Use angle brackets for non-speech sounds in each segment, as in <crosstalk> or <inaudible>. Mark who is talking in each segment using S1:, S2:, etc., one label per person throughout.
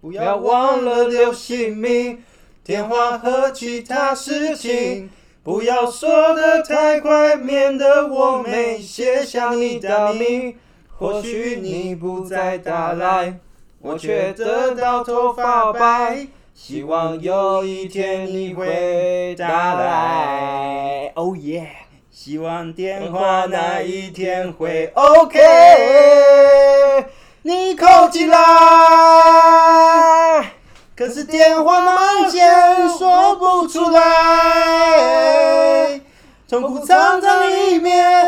S1: 不
S2: 不要
S1: 要
S2: 忘
S1: 忘
S2: 了
S1: 了
S2: 留
S1: 流
S2: 姓
S1: 星，
S2: 名、电话和其他
S1: 他
S2: 事
S1: 事
S2: 情
S1: 情。
S2: 不要说的太快，免得我没写下你的名。或许你不再打来，我
S1: 我
S2: 却
S1: 却
S2: 得
S1: 得
S2: 到
S1: 到
S2: 头
S1: 头
S2: 发
S1: 发
S2: 白
S1: 白。
S2: 希望有一天你会打来。Oh yeah！
S1: 希望电
S2: 电
S1: 话
S2: 话
S1: 那
S2: 那
S1: 一
S2: 一
S1: 天
S2: 天
S1: 会
S2: 会
S1: 哦，
S2: OK，你扣起来。
S1: 可是电话
S2: 梦
S1: 慢
S2: 见
S1: 线
S2: 说
S1: 说
S2: 不
S1: 不
S2: 出
S1: 出
S2: 来
S1: 来，，痛
S2: 痛苦
S1: 苦藏
S2: 藏在
S1: 在
S2: 里
S1: 里
S2: 面，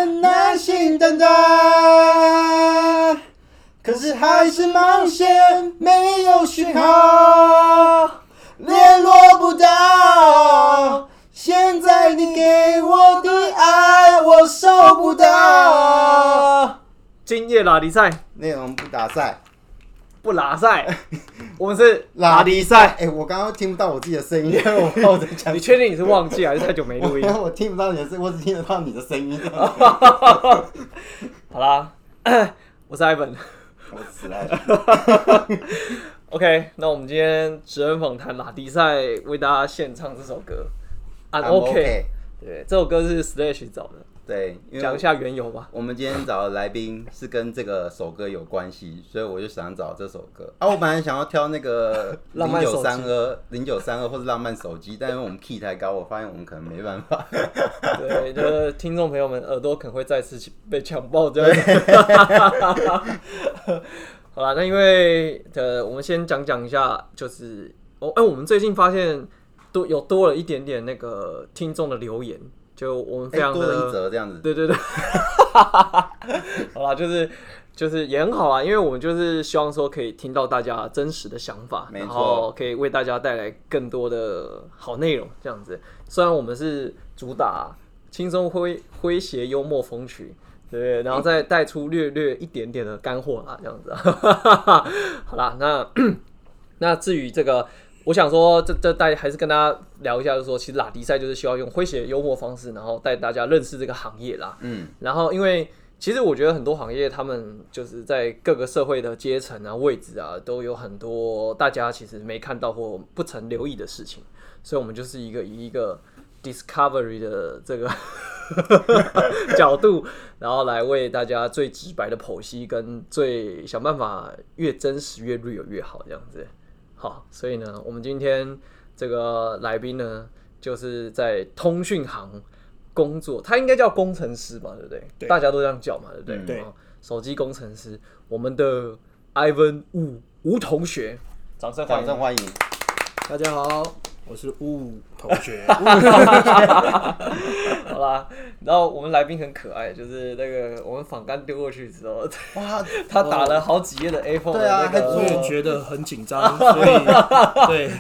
S1: 面，
S2: 耐
S1: 耐
S2: 心
S1: 心
S2: 等
S1: 等
S2: 待
S1: 待。。
S2: 可是还是忙线没有讯号，联
S1: 联
S2: 络
S1: 络
S2: 不
S1: 不
S2: 到
S1: 到。
S2: 现在你给我的爱，我收不到。
S3: 今夜拉迪赛
S1: 内容不打赛，
S3: 不拉赛，我们是
S1: 拉
S3: 迪
S1: 力赛。。哎、我刚刚听不到我自己的声音，因为我不知道我在讲
S3: 你确定你是忘记还是太久没录音？
S1: 我我听不到你的声，我只听得到你的声音。
S2: 哦
S3: <laughs> 好啦， <coughs> 我是 Ivan。
S1: 我死了。
S2: <laughs>
S3: OK，那我们今天职人访谈拉迪赛为大家献唱这首歌。I'm
S1: I'm
S3: OK,
S1: OK
S3: 对，这首歌是 Slash 找的，
S1: 对，因为
S3: 讲一下缘由吧。
S1: 我们今天找的来宾是跟这个首歌有关系，所以我就想找这首歌。
S3: <laughs>
S1: 啊，我本来想要挑那个
S3: 浪
S1: 零
S3: 漫手
S1: 九
S3: 机
S1: 三二、零九三二或是浪漫手机，但是我们 key 太高，我发现我们可能没办法。<laughs>
S3: 对，就是听众朋友们耳朵可能会再次被强暴这样子。 <laughs> 好啦，那因为呃，我们先讲讲一下，就是哦，哎、我们最近发现多有多了一点点那个听众的留言，就我 <laughs> 们非
S1: 哎、
S3: 常
S1: 多
S3: 的、
S1: 了一折这样子。
S3: 对对 <laughs> 对，好啦，就是就是也很好啊，因为我们就是希望说可以听到大家真实的想法，
S1: 没错
S3: 然后可以为大家带来更多的好内容，这样子。虽然我们是主打轻松诙诙谐幽默风趣。对不对，然后再带出略略一点点的干货啦，这样子。 <laughs> 好啦，那 <clears throat> 那至于这个，我想说，这这大家还是跟大家聊一下，就是说，其实拉迪赛就是希望用诙谐幽默方式，然后带大家认识这个行业啦。
S1: 嗯，
S3: 然后因为其实我觉得很多行业，他们就是在各个社会的阶层啊、位置啊，都有很多大家其实没看到或不曾留意的事情，所以我们就是一个以一个 discovery 的这个 <laughs> 角度，然后来为大家最直白的剖析，跟最想办法越真实越 real 越好这样子。好，所以呢，我们今天这个来宾呢，就是在通讯行工作，他应该叫工程师嘛，对不对？
S2: 对
S3: 大家都这样叫嘛，对不对？
S1: 嗯
S2: 对
S3: 哦手机工程师，我们的 Ivan 吴吴同学，掌声
S1: 掌声欢迎。
S2: 大家好，我是雾同
S3: <laughs>
S2: 学。
S3: 好啦，然后我们来宾很可爱，就是那个我们仿杆丢过去之后， <laughs>
S1: 哇，
S3: 他打了好几页的 A4
S1: 对啊
S3: 的那
S1: 还
S2: 我
S1: 做
S3: 个
S2: 也觉得很紧
S3: <laughs>
S2: 张，所以对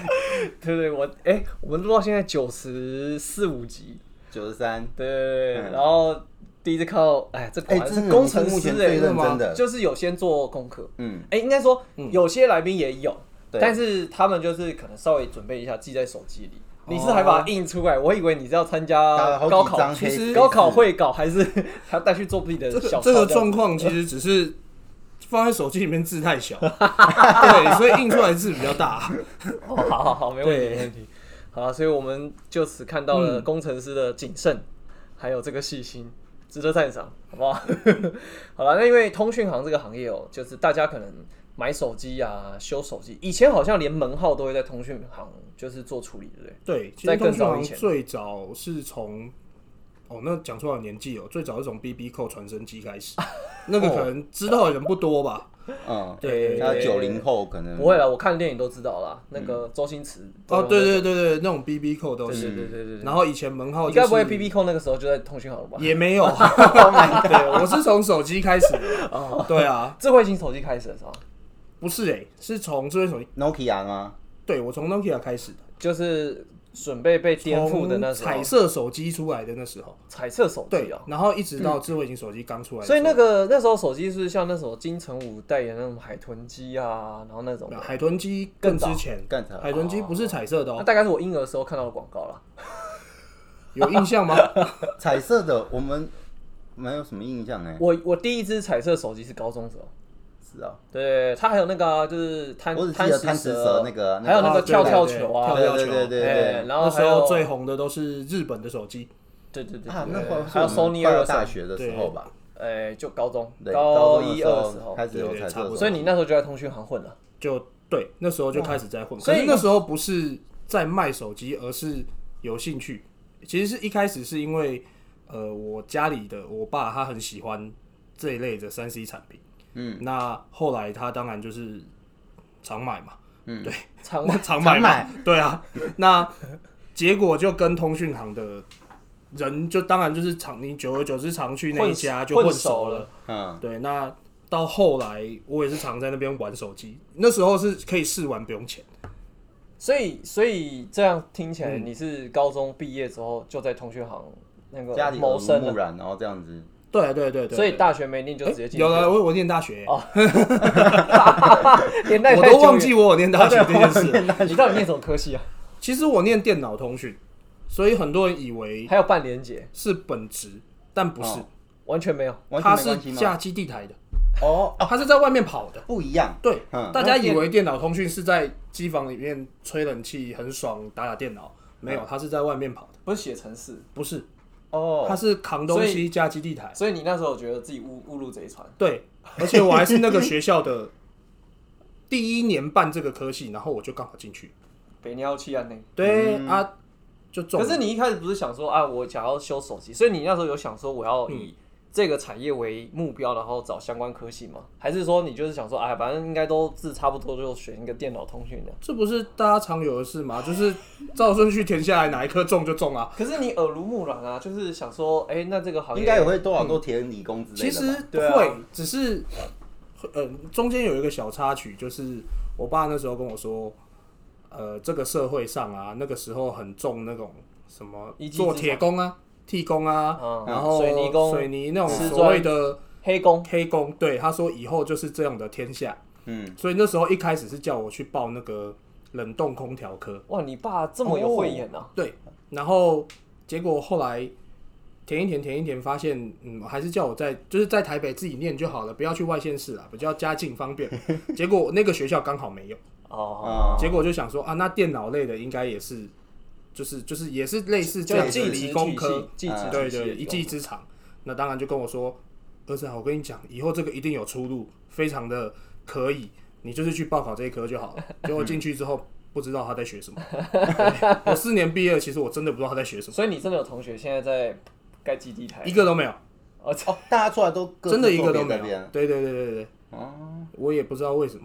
S3: 对对，我哎、我们录到现在九十四五集，
S1: 九十三。
S3: 对对对，
S1: 嗯
S3: 然后第一次看到，哎，这果
S1: 哎、
S3: 然
S1: 真
S3: 是
S1: 的
S3: 工程
S1: 目
S3: 师
S1: 前
S3: 哎、
S1: 最认真的。
S3: 就是有先做功课，
S1: 嗯，
S3: 哎、应该说
S2: 嗯
S3: 有些来宾也有，
S1: 对
S3: 但是他们就是可能稍微准备一下，记在手机里。你是还把它印出来？我以为你是要参
S1: 哦打了
S3: 加
S1: 好几
S3: 高考，
S1: 张
S3: 其
S1: 黑
S3: 实
S1: 字
S3: 高考会稿还是 <laughs> 还要带去做自己的
S2: 这
S3: 小
S2: 个
S3: 抄
S2: 这个
S3: 样子
S2: 状况其实只是放在手机里面字太小， <laughs> 对，所以印出来字比较大。
S3: 哦， <laughs> 好好好，没问题，
S2: 对
S3: 没问题。好啊，所以我们就此看到了
S2: 嗯
S3: 工程师的谨慎，还有这个细心，值得赞赏，好不 <laughs> 好？好了，那因为通讯行这个行业哦，就是大家可能买手机啊、修手机，以前好像连门号都会在通讯行就是做处理，对不对？
S2: 对，其
S3: 在
S2: 实
S3: 更
S2: 通讯
S3: 早
S2: 行
S3: 以前
S2: 最早是从哦，那讲出来年纪哦，最早是从 BB 扣传声机开始，
S3: <laughs>
S2: 那个可能知道的人不多吧？
S1: 嗯，
S2: 对
S1: 那九零后可能
S3: 不会啊了，我看电影都知道啦，那个周星驰
S2: 哦，对对
S3: 对
S2: 对对，那种 BB 扣都
S3: 对
S2: 是。
S3: 对对对对。
S2: 然后以前门号
S3: 你
S2: 就
S3: 该
S2: 是
S3: 不会 B B 扣那个时候就在通讯行了吧？Oh
S2: 也
S3: <laughs>
S2: 没有， <laughs> 对，我是从手机开始的。
S3: Oh
S2: 对啊，
S3: 智慧型手机开始的是吧？
S2: 不是哎、是从智慧手机，
S1: Nokia 吗？
S2: 对我从 Nokia 开始的，
S3: 就是准备被颠覆的那时
S2: 从
S3: 候
S2: 彩，色手机出来的那时候，
S3: 彩色手
S2: 对
S3: 机啊，，
S2: 然后一直到智慧型手机刚出来的时
S3: 所
S2: 候，
S3: 以那个那时候手机是像那时候金城武代言那种海豚机啊，然后那种的，
S2: 海豚机更之前，
S1: 更早
S2: 海豚机不是彩色的
S3: 那 <laughs>
S2: 哦，
S3: 大概是我婴儿时候看到的广告啦。
S2: 有印象吗？
S1: 彩色的，我们没有什么印象哎、啊
S3: 我我第一只彩色手机是高中时候，
S1: 知道。
S3: 对，他还有那个啊、就是贪
S1: 我只记
S3: 贪
S1: 得
S3: 食
S1: 贪食蛇那个那个
S3: 还有那
S2: 啊
S3: 个
S2: <laughs> 对
S3: 跳
S2: 对
S3: 跳
S2: 对
S3: 球啊，
S2: 跳跳
S1: 对
S2: 球
S1: 对对对
S3: 哎
S1: 对
S3: 然后
S2: 那时
S3: 还有
S2: 候最红的都是日本的手机，
S3: 对对对
S1: 啊，那
S3: 对
S1: 会
S3: 还有
S1: 是我们
S3: Sony
S1: 快
S3: 二
S1: 要大，学的时候吧，
S3: 哎，就高中
S1: 对，高中
S3: 一二
S1: 的
S3: 的时候，
S1: 开始有
S2: 对对
S1: 才
S2: 差不
S1: 这
S2: 多
S1: 种，
S3: 所以你那时候就在通讯行混了，
S2: 就对，那时候就开始在混。
S3: 所
S2: 可
S3: 以
S2: 是那时候不是在卖手机，而是有兴趣。其实是一开始是因为，呃，我家里的我爸他很喜欢这一类的三 C 产品，嗯，那后来他当然就是常买嘛，
S3: <laughs> 常
S2: 那常买
S1: 常
S2: 嘛，对啊，那结果就跟通讯行的人就当然就是常你久而久之常去那一家就混
S3: 混熟
S2: 熟了，
S1: 嗯，
S2: 对，那到后来我也是常在那边玩手机，那时候是可以试玩不用钱，
S3: 所以所以这样听起来，
S2: 嗯
S3: 你是高中毕业之后就在通讯行那
S1: 家
S3: 个
S1: 里
S3: 谋
S1: 耳濡
S3: 生
S1: 目
S3: 了，
S1: 染，然后这样子，
S2: 对对对对，
S3: 所以
S2: 对
S3: 大学没念就直接进
S2: 有了
S3: 了，
S2: 我我念大
S3: <laughs>
S2: 学，
S3: 年代
S2: 我
S3: 太
S2: 都
S3: 久
S2: 忘
S3: 远
S2: 记我有念大学这件事了。
S3: 了，你到底念什么科
S2: <laughs>
S3: 系啊？
S2: 其实我念电脑通讯，所以很多人以为
S3: 还有半年节，
S2: 是本职，但不是，
S3: 完全没有，
S1: 完
S2: 它
S1: 全没关系
S2: 是
S1: 吗？
S2: 架基地台的，
S1: 哦，
S2: 它是在外面跑的。
S1: 不一样，
S2: 对，
S1: 嗯
S2: 大家以为电脑通讯是在机房里面吹冷气很爽，打打电脑，没有，它是在外面跑的，
S3: 不是写程式
S2: 不是，
S1: 哦，
S2: 它是扛东
S3: 所
S2: 西架基地台。
S3: 所以你那时候觉得自己误误入贼船，
S2: 对，而且我还是那个学校的第一年办这个科系，然后我就刚好进去。
S3: 北尿气啊那。
S2: 对、啊，就中
S3: 可
S2: 了。
S3: 是你一开始不是想说啊，我想要修手机，所以你那时候有想说我要
S2: 嗯
S3: 以这个产业为目标，然后找相关科系吗？还是说你就是想说，哎，反正应该都字差不多，就选一个电脑通讯的？
S2: 这不是大家常有的事吗？就是照顺序填下来，哪一科中就中啊。
S3: 可是你耳濡目染啊，就是想说，哎、那这个行业
S1: 应该也会多少都填理工之类
S2: 嗯其
S1: 的吧。
S2: 实会，
S3: 对啊
S2: 只是呃，中间有一个小插曲，就是我爸那时候跟我说，呃，这个社会上啊，那个时候很重那种什么
S3: 一技之
S2: 做
S3: 长
S2: 铁工啊、剃工啊，
S3: 嗯
S2: 然后
S3: 水泥工
S2: 水泥那种
S3: 瓷砖
S2: 所谓的。
S3: 黑工，
S2: 黑工，对他说以后就是这样的天下，
S1: 嗯，
S2: 所以那时候一开始是叫我去报那个冷冻空调科，
S3: 哇，你爸这么有慧眼啊！
S2: 对，然后结果后来填一填填一填，发现嗯还是叫我在就是在台北自己念就好了，不要去外县市啦，比较家境方便。结果那个学校刚好没有，
S3: 哦，
S1: 啊，
S2: 结果就想说啊，那电脑类的应该也是，就是就是也是类似这
S3: 就
S2: 样
S1: 是
S2: 子
S3: 技
S2: 理
S3: 职
S2: 工
S3: 体
S2: 科呃
S3: 系，，技职
S1: 嗯
S3: 体
S2: 对
S3: 系
S2: 对，
S3: 也
S2: 一
S3: 有
S2: 技之长。那当然就跟我说，儿子啊，我跟你讲，以后这个一定有出路，非常的可以，你就是去报考这一科就好
S3: <laughs>
S2: 了。结果进去之后，不知道他在学什么。对我四年毕业了，其实我真的不知道他在学什
S3: 哦
S2: 么，
S3: 所以你真的有同学现在在盖基地台
S2: 一，个都没有，
S3: 哦， <laughs> 操
S1: 大家出来都各自
S2: 真的一个都
S1: 做别
S2: 没
S1: 的
S2: 有
S1: 边。啊
S2: 对对对对对，
S1: 哦，
S2: 我也不知道为什么。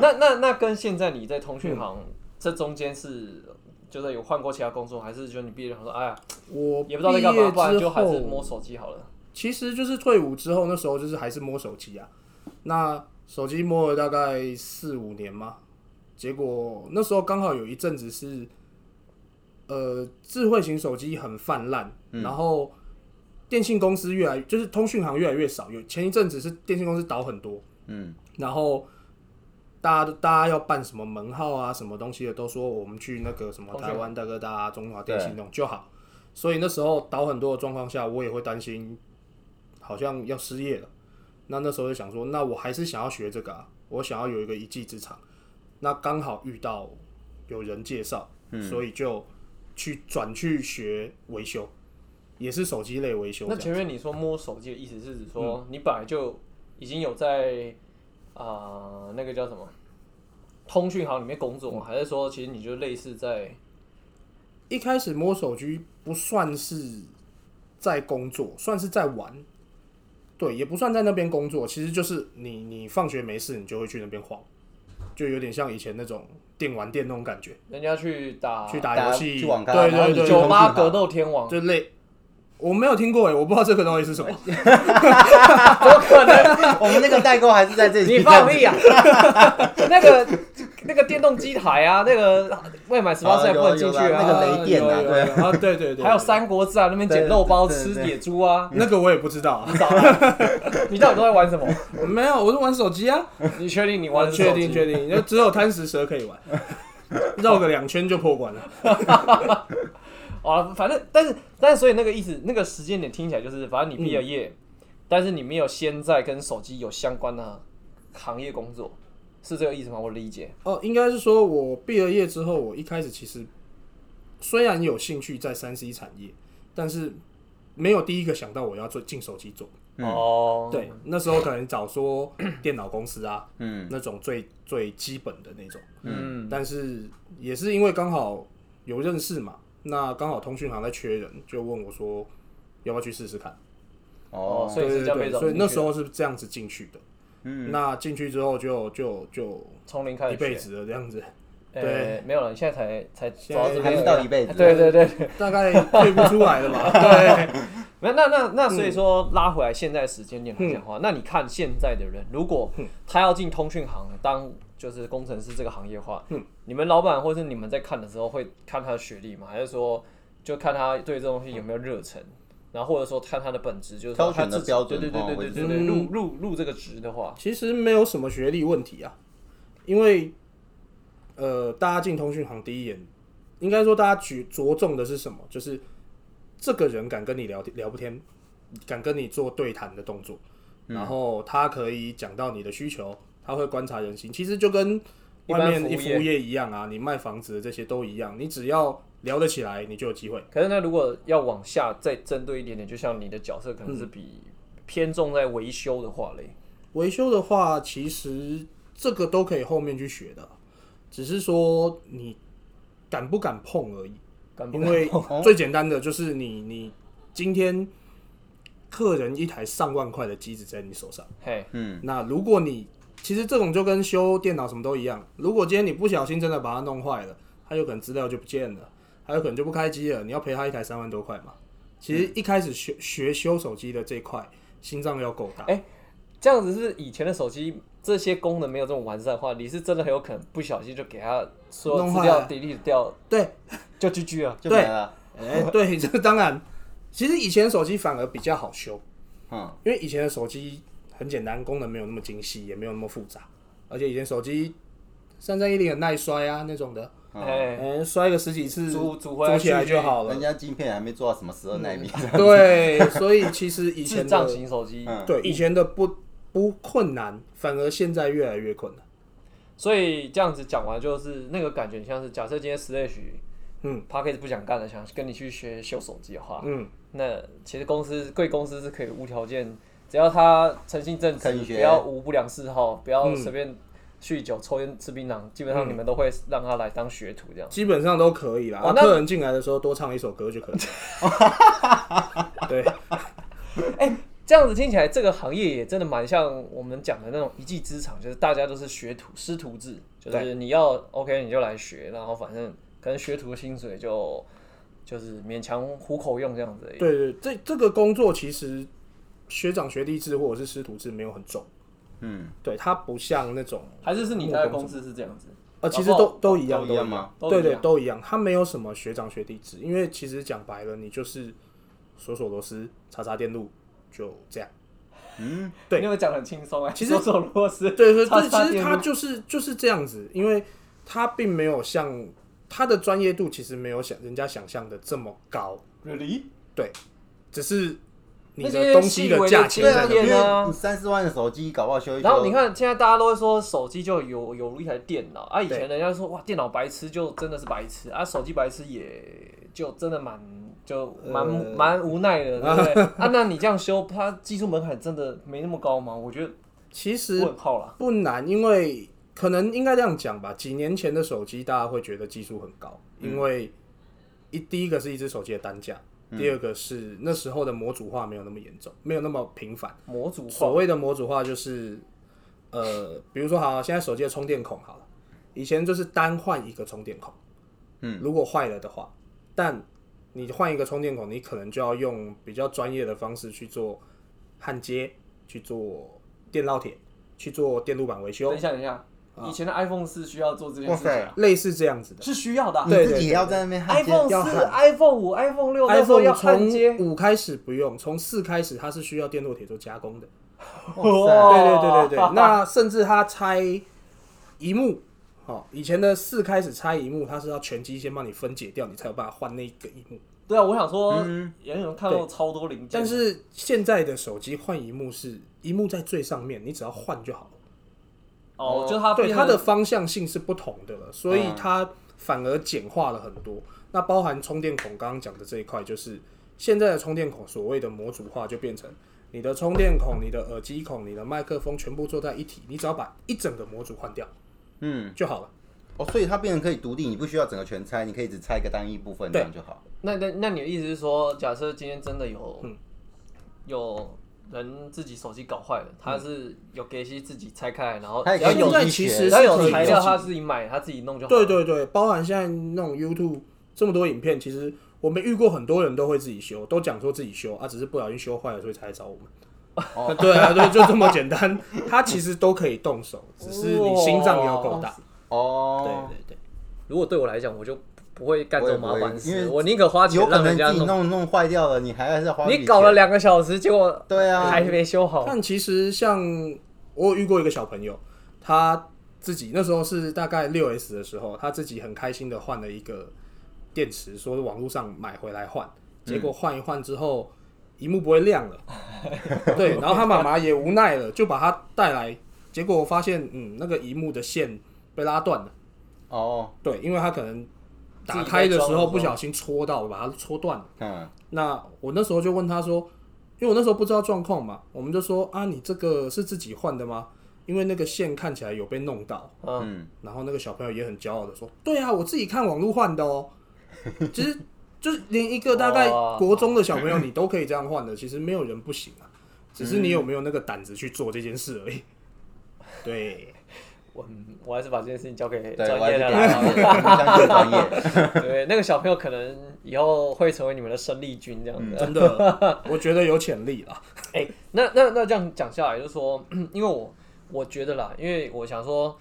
S3: 那那那跟现在你在通讯行、这中间是就是有换过其他工作，还是就你毕业后说，哎呀，
S2: 我
S3: 也不知道在干嘛，不
S2: 毕
S3: 然
S2: 业之
S3: 就还是
S2: 后
S3: 摸手机好了。
S2: 其实就是退伍之后，那时候就是还是摸手机啊。那手机摸了大概四五年嘛，结果那时候刚好有一阵子是，呃，智慧型手机很泛滥，然后电信公司越来就是通讯行越来越少。有前一阵子是电信公司倒很多， <laughs>
S1: 嗯，
S2: 然后大家都大家要办什么门号啊，什么东西的，都说我们去那个什么
S3: 通讯
S2: 台
S3: 行
S2: 湾大哥大、啊、中华电信那种就好。所以那时候倒很多的状况下，我也会担心，好像要失业了。那那时候就想说，那我还是想要学这个、啊，我想要有一个一技之长。那刚好遇到有人介绍，所以就去转去学维修，也是手机类维修这
S3: 那
S2: 样。
S3: 前面你说摸手机的意思是指
S1: 嗯
S3: 说你本来就已经有在啊、呃那个叫什么通讯行里面工
S1: 嗯
S3: 作吗，还是说其实你就类似在
S2: 一开始摸手机不算是在工作，算是在玩，对，也不算在那边工作，其实就是你你放学没事，你就会去那边晃，就有点像以前那种电玩店那种感觉，
S3: 人家去打
S2: 去打游戏，
S1: 啊去网咖，
S2: 对
S1: 然后
S2: 对
S1: 你
S2: 对，
S1: 去通
S3: 酒
S1: 讯
S3: 吧
S1: 行
S3: 格斗天 <laughs> 王，
S2: 就类。我没有听过哎，我不知道这个东西是什么。
S3: 不可能，
S1: <laughs> 我们那个代购还是在这里。
S3: 你放屁啊！ <laughs> 那个那个电动机台啊，那个未满十八岁
S1: 哦有
S3: 不能进去
S1: <laughs> 有啦那
S3: 啊
S1: 个。雷电啊
S2: 啊，有有有有啊，对对对，
S3: 还有《三国志》啊，那边捡肉包吃野猪啊，
S2: 那个我也不知道啊，
S3: 找啊你到底都在玩什么？
S2: 没有，我是玩手机啊，
S3: 你确定你玩
S2: 我
S3: 的是手
S2: 确
S3: 机
S2: 定确定，就只有贪食蛇可以
S3: <laughs>
S2: 玩，绕个两圈就破关了。
S3: 啊，反正但是但是所以那个意思，那个时间点听起来就是，反正你毕了业，但是你没有先在跟手机有相关的行业工作，是这个意思吗？我理解。
S2: 哦，应该是说我毕了业之后，我一开始其实虽然有兴趣在三 C 产业，但是没有第一个想到我要做进手机做。
S3: 哦，
S2: 对，那时候可能找说电脑公司啊，
S1: 嗯，
S2: 那种最最基本的那种。
S3: 嗯，
S2: 但是也是因为刚好有认识嘛，那刚好通讯行在缺人，就问我说要不要去试试看。
S1: 哦，
S3: 所以是
S2: 对
S3: 这样被
S2: 对
S3: 找
S2: 对，所以
S3: 进
S2: 那
S3: 去
S2: 时候是这样子进去的。
S1: 嗯，
S2: 那进去之后就就就
S3: 从零开
S2: 一
S3: 始
S2: 辈
S3: 学，
S2: 子的这样子，
S3: 呃
S2: 对
S3: 没有了，你现在才才走
S2: 现在
S3: 到这
S1: 还
S3: 边
S1: 没
S3: 而已，
S1: 到一辈子，
S3: 对对对，
S2: 大概退不出来了
S3: <laughs>
S2: 吧？对，
S3: 那那那那，所以说拉回来现在时间点来讲的话，
S1: 嗯
S3: 那你看现在的人，如果他要进通讯行当就是工程师这个行业的话，
S1: 嗯
S3: 你们老板或是你们在看的时候会看他的学历吗？还是说就看他对这东西有没有热忱？然后或者说看他的本质，就是说
S1: 挑选
S3: 他
S1: 的
S3: 自己
S1: 标准
S3: 对对对
S1: 哦
S3: 对
S1: 或者
S3: 对对，
S2: 是
S3: 入入入这个职的话，
S2: 其实没有什么学历问题啊，因为呃，大家进通讯行第一眼，应该说大家举着重的是什么？就是这个人敢跟你聊天聊不天，敢跟你做对谈的动作，
S3: 嗯
S2: 然后他可以讲到你的需求，他会观察人心，其实就跟
S3: 一般
S2: 外面
S3: 服务
S2: 一服务业一样啊，你卖房子的这些都一样，你只要聊得起来，你就有机会。
S3: 可是那如果要往下再针对一点点，就像你的角色可能是
S1: 嗯
S3: 比偏重在维修的话嘞，
S2: 维修的话，其实这个都可以后面去学的，只是说你敢不敢碰而已。
S3: 敢不哦
S2: 因
S3: 敢
S2: 为最简单的就是你，你今天客人一台上万块的机子在你手上，
S3: 嘿，
S1: 嗯，
S2: 那如果你其实这种就跟修电脑什么都一样，如果今天你不小心真的把它弄坏了，它有可能资料就不见了，还有可能就不开机了，你要赔他一台三万多块嘛。其
S3: 嗯
S2: 实一开始学学修手机的这一块，心脏要够大。
S3: 这样子是以前的手机这些功能没有这么完善的话，你是真的很有可能不小心就给它所有
S2: 弄
S3: 资
S2: 坏
S3: 料
S2: 了
S3: delete 掉，
S2: 对，
S3: 就 GG 了。
S1: 就没了，
S2: 哎、对， <laughs> 这当然，其实以前手机反而比较好修，
S1: 嗯，
S2: 因为以前的手机很简单，功能没有那么精细，也没有那么复杂，而且以前手机三三一零很耐摔啊那种的，
S1: 嗯
S2: 嗯、
S3: 哎，
S2: 摔个十几次，
S3: 组组回来
S2: 组起来就好了
S1: 人。家晶片还没做到什么十二纳米，
S2: 对，所以其实以
S3: 智
S2: 前
S3: 障
S2: 的
S3: 型手机，
S1: 嗯
S2: 对以前的不不困难，反而现在越来越困难。
S3: 所以这样子讲完就是那个感觉，像是假设今天 Slash
S2: 嗯
S3: p a c k e 不想干了，想跟你去学修手机的话，
S2: 嗯，
S3: 那其实公司贵公司是可以无条件，只要他诚信正直，
S1: 肯学
S3: 不要无不良嗜好，不要随便酗酒、抽烟、吃槟榔，基本上你们都会让他来当学徒这样。
S2: 基本上都可以啦。
S3: 哦
S2: 啊
S3: 那
S2: 客人进来的时候多唱一首歌就可以。
S3: <laughs>
S2: 对，
S3: 这样子听起来，这个行业也真的蛮像我们讲的那种一技之长，就是大家都是学徒师徒制，就是你要 OK 你就来学，然后反正可能学徒的薪水就就是勉强糊口用这样子而已。
S2: 对对，这这个工作其实学长学弟制或者是师徒制没有很重，
S1: 嗯，
S2: 对，它不像那种
S3: 还是是你待的公司是这样子？
S2: 呃，其实
S3: 啊搞不
S2: 都
S3: 好
S2: 都一 <laughs> 样，
S1: 都一样吗？
S3: 都一
S2: 对
S3: 样
S2: 对，都一样，它没有什么学长学弟制，因为其实讲白了，你就是锁锁螺丝、查查电路，就这样。对
S3: 因为讲得很轻松哎，
S2: 其实
S3: 手手螺丝，
S2: 对对
S3: 叉
S2: 对，
S3: 叉
S2: 其实
S3: 电
S2: 它
S3: 路
S2: 就是就是这样子，因为它并没有像它的专业度其实没有想人家想象的这么高，
S3: really
S2: 只是你
S3: 那些
S2: 的东西
S3: 细微的
S2: 的价钱
S1: 对啊，
S2: 在
S1: 因
S3: 对
S2: 那里。
S1: 为你三四万的手机搞不好修一修，
S3: 然后你看，现在大家都会说手机就有有一台电脑啊，以
S2: 对
S3: 前人家说哇，电脑白痴就真的是白痴啊，手机白痴也就真的蛮就蛮
S2: 呃
S3: 蛮无奈
S2: <laughs>
S3: 的，对不对？啊，那你这样修，它技术门槛真的没那么高吗？我觉得
S2: 其实
S3: 问号啦。
S2: 不难，因为可能应该这样讲吧。几年前的手机，大家会觉得技术很高，因为一第一个是一只手机的单价，第二个是那时候的模组化没有那么严重，没有那么频繁。
S3: 模组化
S2: 所谓的模组化就是，呃，比如说好，现在手机的充电孔好了，以前就是单换一个充电孔，
S1: 嗯，
S2: 如果坏了的话，但你换一个充电孔，你可能就要用比较专业的方式去做焊接，去做电烙铁，去做电路板维修
S3: 等一，下，等一下，
S2: 啊
S3: 以前的 iPhone 是需要做这件
S1: 哇
S3: 事情
S1: 塞
S3: 啊，
S2: 类似这样子的。
S3: 是需要的啊。
S1: 你自己也要在那边焊接
S3: iPhone
S2: 要
S3: 四、
S2: 焊
S3: iPhone 五、iPhone 六那时候
S2: iPhone
S3: 要焊
S2: 从
S3: 接，
S2: 五开始不用，从四开始它是需要电烙铁做加工的。
S3: <laughs> 哦
S1: 哇
S2: 对对对对对，那甚至它拆一幕，哦，以前的四开始拆一幕，它是要全机先帮你分解掉，你才有办法换那一个一幕。
S3: 对啊，我想说，杨永看到超多零件，
S2: 嗯但是现在的手机换荧幕是荧幕在最上面，你只要换就好了。
S3: 哦，就它
S2: 对
S3: 变
S2: 它
S3: 成
S2: 的方向性是不同的了，所以它反而简化了很多。那包含充电孔刚刚讲的这一块，就是现在的充电孔所谓的模组化，就变成你的充电孔、你的耳机孔、你的麦克风全部做在一体，你只要把一整个模组换掉，嗯，就好了。
S1: 哦，所以它变成可以独立，你不需要整个全拆，你可以只拆一个单一部分，这样就好。
S3: 那那那你的意思是说，假设今天真的有、
S2: 嗯
S3: 有人自己手机搞坏了，他
S2: 嗯
S3: 是有给些自己拆开来，然后
S1: 他也
S3: 只要
S1: 可以
S3: 有
S2: 现在
S1: 力
S2: 其
S1: 学
S2: 实
S3: 只
S2: 是
S3: 要
S2: 可
S3: 有
S2: 以
S3: 材
S2: 自
S3: 料，啊
S2: 己
S3: 他自己买，他自己弄就好。
S2: 对对对，包含现在那种 YouTube 这么多影片，其实我们遇过很多人都会自己修，都讲说自己修啊，只是不小心修坏了，所以才来找我们。 <laughs> 对啊，对，就这么简单。它其实都可以动手，只是你心脏要够大。
S1: 哦，
S2: 对对
S3: 如果对我来讲，我就不不会干这种麻烦
S1: 我也
S3: 事，
S1: 不会
S3: 我宁可花钱
S1: 有可
S3: 让
S1: 能
S3: 人家
S1: 自己。弄弄坏掉了，你还是花笔
S3: 你搞了
S1: 钱
S3: 两个小时，结果
S1: 对啊
S3: 还没修
S2: 对。
S3: 好。
S2: 但其实像我有遇过一个小朋友，他自己那时候是大概六 S 的时候，他自己很开心的换了一个电池，说是网络上买回来换，结果换一换之后，荧幕不会亮了。对，然后他妈妈也无奈了，就把他带来，结果我发现，嗯，那个荧幕的线被拉断了。
S1: 哦，
S2: 对，因为他可能
S3: 自己在
S2: 打开的时
S3: 装的时
S2: 候
S3: 候
S2: 不小心戳到，把它戳断了。
S1: 嗯，
S2: 那我那时候就问他说，因为我那时候不知道状况嘛，我们就说啊，你这个是自己换的吗？因为那个线看起来有被弄到，
S3: 嗯，
S2: 然后那个小朋友也很骄傲的说，对啊，我自己看网络换的哦。其实就是连一个大概
S3: 哇
S2: 国中的小朋友你都可以这样换的，其实没有人不行啊，只是你有没有那个胆子去做这件事而已。对，
S3: 我我还是把这件事情交给
S1: 对，
S3: 专
S1: 我还
S3: 业
S1: 是
S3: 的
S1: 给
S3: 来
S1: 他
S3: <laughs>
S1: 相信专业。
S3: 对，那个小朋友可能以后会成为你们的生力军这样子。
S2: 真的，我觉得有潜力啦。
S3: 哎、那那那这样讲下来，就是说， <clears throat> 因为我我觉得啦，因为我想说，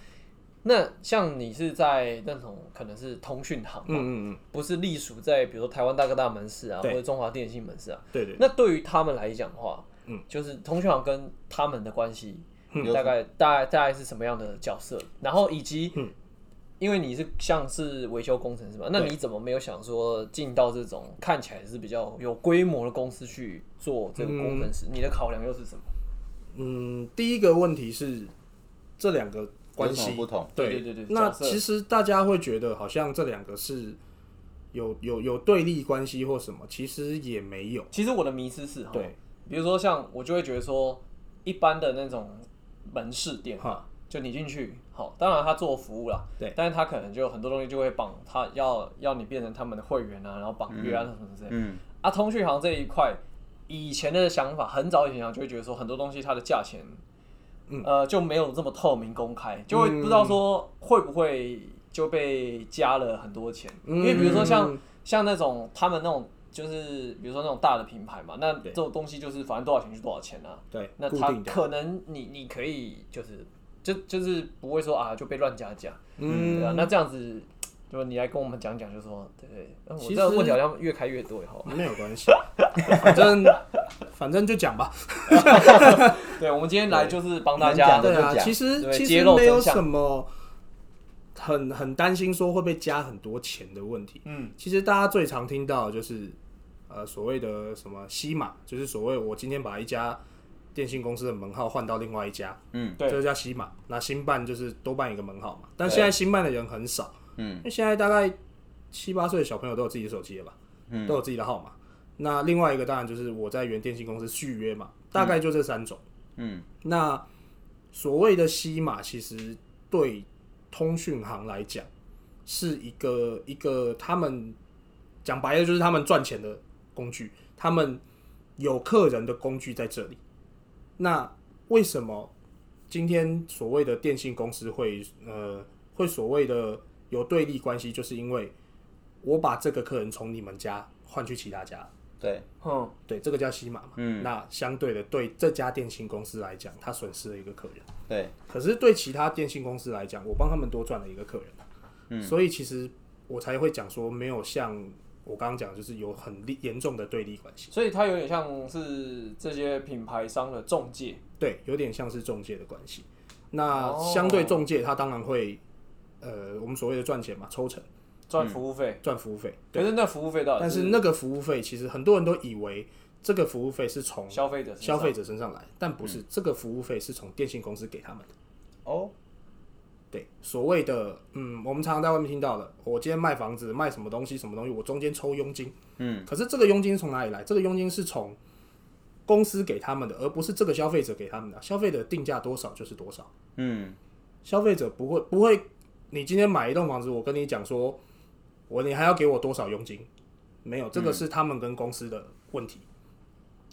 S3: 那像你是在那种可能是通讯行嘛，
S2: 嗯嗯嗯，
S3: 不是隶属在比如说台湾大哥大门市啊，或
S2: 对
S3: 者中华电信门市啊。
S2: 对对
S3: 那对于他们来讲的话，
S2: 嗯，
S3: 就是通讯行跟他们的关系，
S1: 嗯
S3: 大概大概大概是什么样的角色？然后以及，
S2: 嗯
S3: 因为你是像是维修工程师嘛，那你怎么没有想说进到这种看起来是比较有规模的公司去做这个工程师？你的考量又是什么？
S2: 嗯，第一个问题是这两个关
S1: 有什
S2: 系
S1: 么不同
S2: 对
S3: 对对对对
S2: 那
S3: 角色
S2: 其实大家会觉得好像这两个是有有有对立关系或什么，其实也没有。
S3: 其实我的迷思是，
S2: 对，
S3: 比如说像我就会觉得说，一般的那种门市店嘛
S2: 哈，
S3: 就你进去，好，当然他做服务啦，
S2: 对，
S3: 但是他可能就有很多东西就会绑他要要你变成他们的会员啊，然后绑约啊什么之类的。
S1: 嗯，
S3: 啊，通讯行这一块，以前的想法，很早以前啊就会觉得说，很多东西它的价钱，
S2: 嗯
S3: 呃，就没有这么透明公开，就会不知道说会不会就被加了很多钱，
S2: 嗯
S3: 因为比如说像像那种他们那种。就是比如说那种大的品牌嘛，那这种东西就是反正多少钱就多少钱啊。
S2: 对
S3: 那
S2: 固
S3: 他
S2: 定的
S3: 可能你你可以就是就就是不会说啊就被乱加价，对啊。
S2: 嗯，
S3: 那这样子，就是你来跟我们讲讲，就说对对，那我这
S2: 其
S3: 个
S2: 实
S3: 问题好像越开越多以后，
S2: 没有关系，反正反正就讲吧。
S3: <laughs> 对，我们今天来就是帮 <laughs> 大
S1: 能
S3: 家
S1: 讲的
S2: 对
S1: 就
S2: 啊，
S1: 讲
S2: 其实
S3: 对
S2: 其
S3: 揭
S2: 实
S3: 露
S2: 没有
S3: 真相
S2: 什么很很担心说会被加很多钱的问题。
S3: 嗯，
S2: 其实大家最常听到的就是呃所谓的什么西马，就是所谓我今天把一家电信公司的门号换到另外一家，
S1: 嗯，
S3: 对
S2: 这叫西马。那新办就是多办一个门号嘛，但现在新办的人很少，
S1: 嗯，
S2: 因为现在大概七八岁的小朋友都有自己的手机了吧，嗯，都有自己的号码。那另外一个当然就是我在原电信公司续约嘛，大概就这三种。
S1: 嗯，
S2: 那所谓的西马，其实对通讯行来讲，是一个一个他们讲白了就是他们赚钱的工具，他们有客人的工具在这里。那为什么今天所谓的电信公司会呃会所谓的有对立关系，就是因为我把这个客人从你们家换去其他家，
S1: 对，
S3: 嗯，
S2: 对，这个叫西马嘛。
S1: 嗯，
S2: 那相对的，对这家电信公司来讲，它损失了一个客人；
S1: 对，
S2: 可是对其他电信公司来讲，我帮他们多赚了一个客人。嗯，所以其实我才会讲说，没有像我刚刚讲，就是有很厉严重的对立关系。
S3: 所以它有点像是这些品牌商的中介，
S2: 对，有点像是中介的关系。那
S3: 哦
S2: 相对中介，他当然会，呃，我们所谓的赚钱嘛，抽成。
S3: 赚服务费，
S2: 赚服务费。
S3: 可啊是那服务费到底
S2: 但是那个服务费其实很多人都以为这个服务费是从
S3: 消费者身上嗯
S2: 消费者身上来，但不是，这个服务费是从电信公司给他们的。
S1: 哦，
S2: 对，所谓的嗯，我们常常在外面听到的，我今天卖房子卖什么东西什么东西，我中间抽佣金。
S1: 嗯，
S2: 可是这个佣金是从哪里来？这个佣金是从公司给他们的，而不是这个消费者给他们的。消费者定价多少就是多少。
S1: 嗯，
S2: 消费者不会不会，你今天买一栋房子，我跟你讲说，我你还要给我多少佣金？没有，这个是他们跟公司的问题。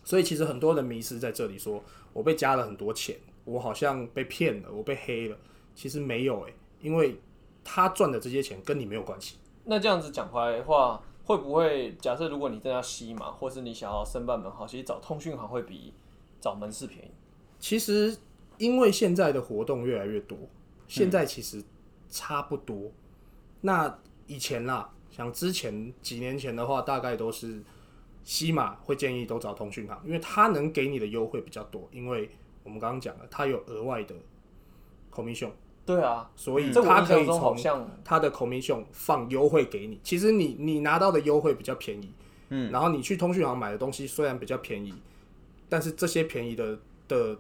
S2: 所以其实很多人迷失在这里说，我被加了很多钱，我好像被骗了，我被黑了。其实没有诶、欸因为他赚的这些钱跟你没有关系。
S3: 那这样子讲回来的话，会不会假设如果你真的要吸嘛，或是你想要申办门号，其实找通讯行会比找门市便宜？
S2: 其实因为现在的活动越来越多，现在其实差不多。那以前啦，像之前几年前的话，大概都是西马会建议都找通讯行，因为它能给你的优惠比较多，因为我们刚刚讲了，它有额外的 commission，
S3: 对啊，
S2: 所以
S3: 这我
S2: 它
S3: 印
S2: 可以
S3: 象中
S2: 从
S3: 好像
S2: 它的 commission 放优惠给你。其实你你拿到的优惠比较便宜，
S1: 嗯，
S2: 然后你去通讯行买的东西虽然比较便宜，但是这些便宜的的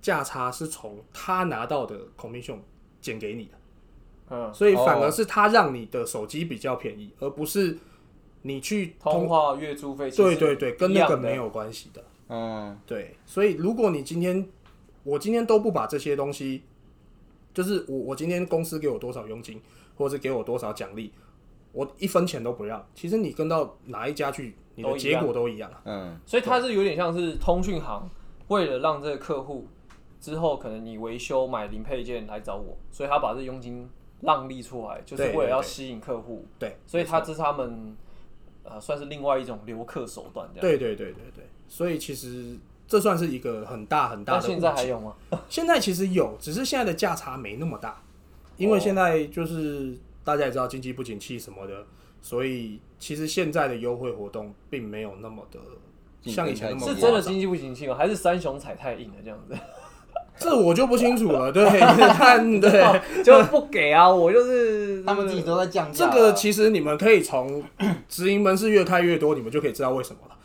S2: 价差是从他拿到的 commission 减给你的，
S3: 嗯，
S2: 所以反而是他让你的手机比较便宜，而不是你去
S3: 通话月租费其实
S2: 对对对，跟
S3: 一
S2: 那
S3: 样
S2: 个
S3: 的
S2: 没有关系的。
S1: 嗯，
S2: 对，所以如果你今天，我今天都不把这些东西，就是我我今天公司给我多少佣金，或者是给我多少奖励，我一分钱都不让。其实你跟到哪一家去，你的
S3: 都一
S2: 结
S3: 样
S2: 果都一样啊。
S1: 嗯，
S3: 所以它是有点像是通讯行，为了让这个客户之后可能你维修买零配件来找我，所以他把这佣金让利出来，就是
S2: 对
S3: 为了要
S2: 对对
S3: 吸引客户。
S2: 对，
S3: 所以它这是他们呃算是另外一种留客手段这样。
S2: 对对对对对，所以其实这算是一个很大很大
S3: 那
S2: 的误解。
S3: 现在还有吗？
S2: 现在其实有，只是现在的价差没那么大，因
S3: 哦
S2: 为现在就是大家也知道经济不景气什么的，所以其实现在的优惠活动并没有那么的
S1: 竞争
S2: 像以前那
S1: 太
S2: 么
S1: 激
S3: 是
S1: 烈
S2: 夸
S3: 真的
S2: 张
S3: 经济不景气吗？还是三雄踩太硬了这样 <laughs> 子？
S2: 这我就不清楚
S3: <laughs>
S2: 了。对，但对
S4: 就不给啊，我
S3: <laughs>
S4: 就是
S1: 他们自己都在降价
S2: 这
S1: 啊，
S2: 个其实你们可以从直营门市越开越多，你们就可以知道为什么了。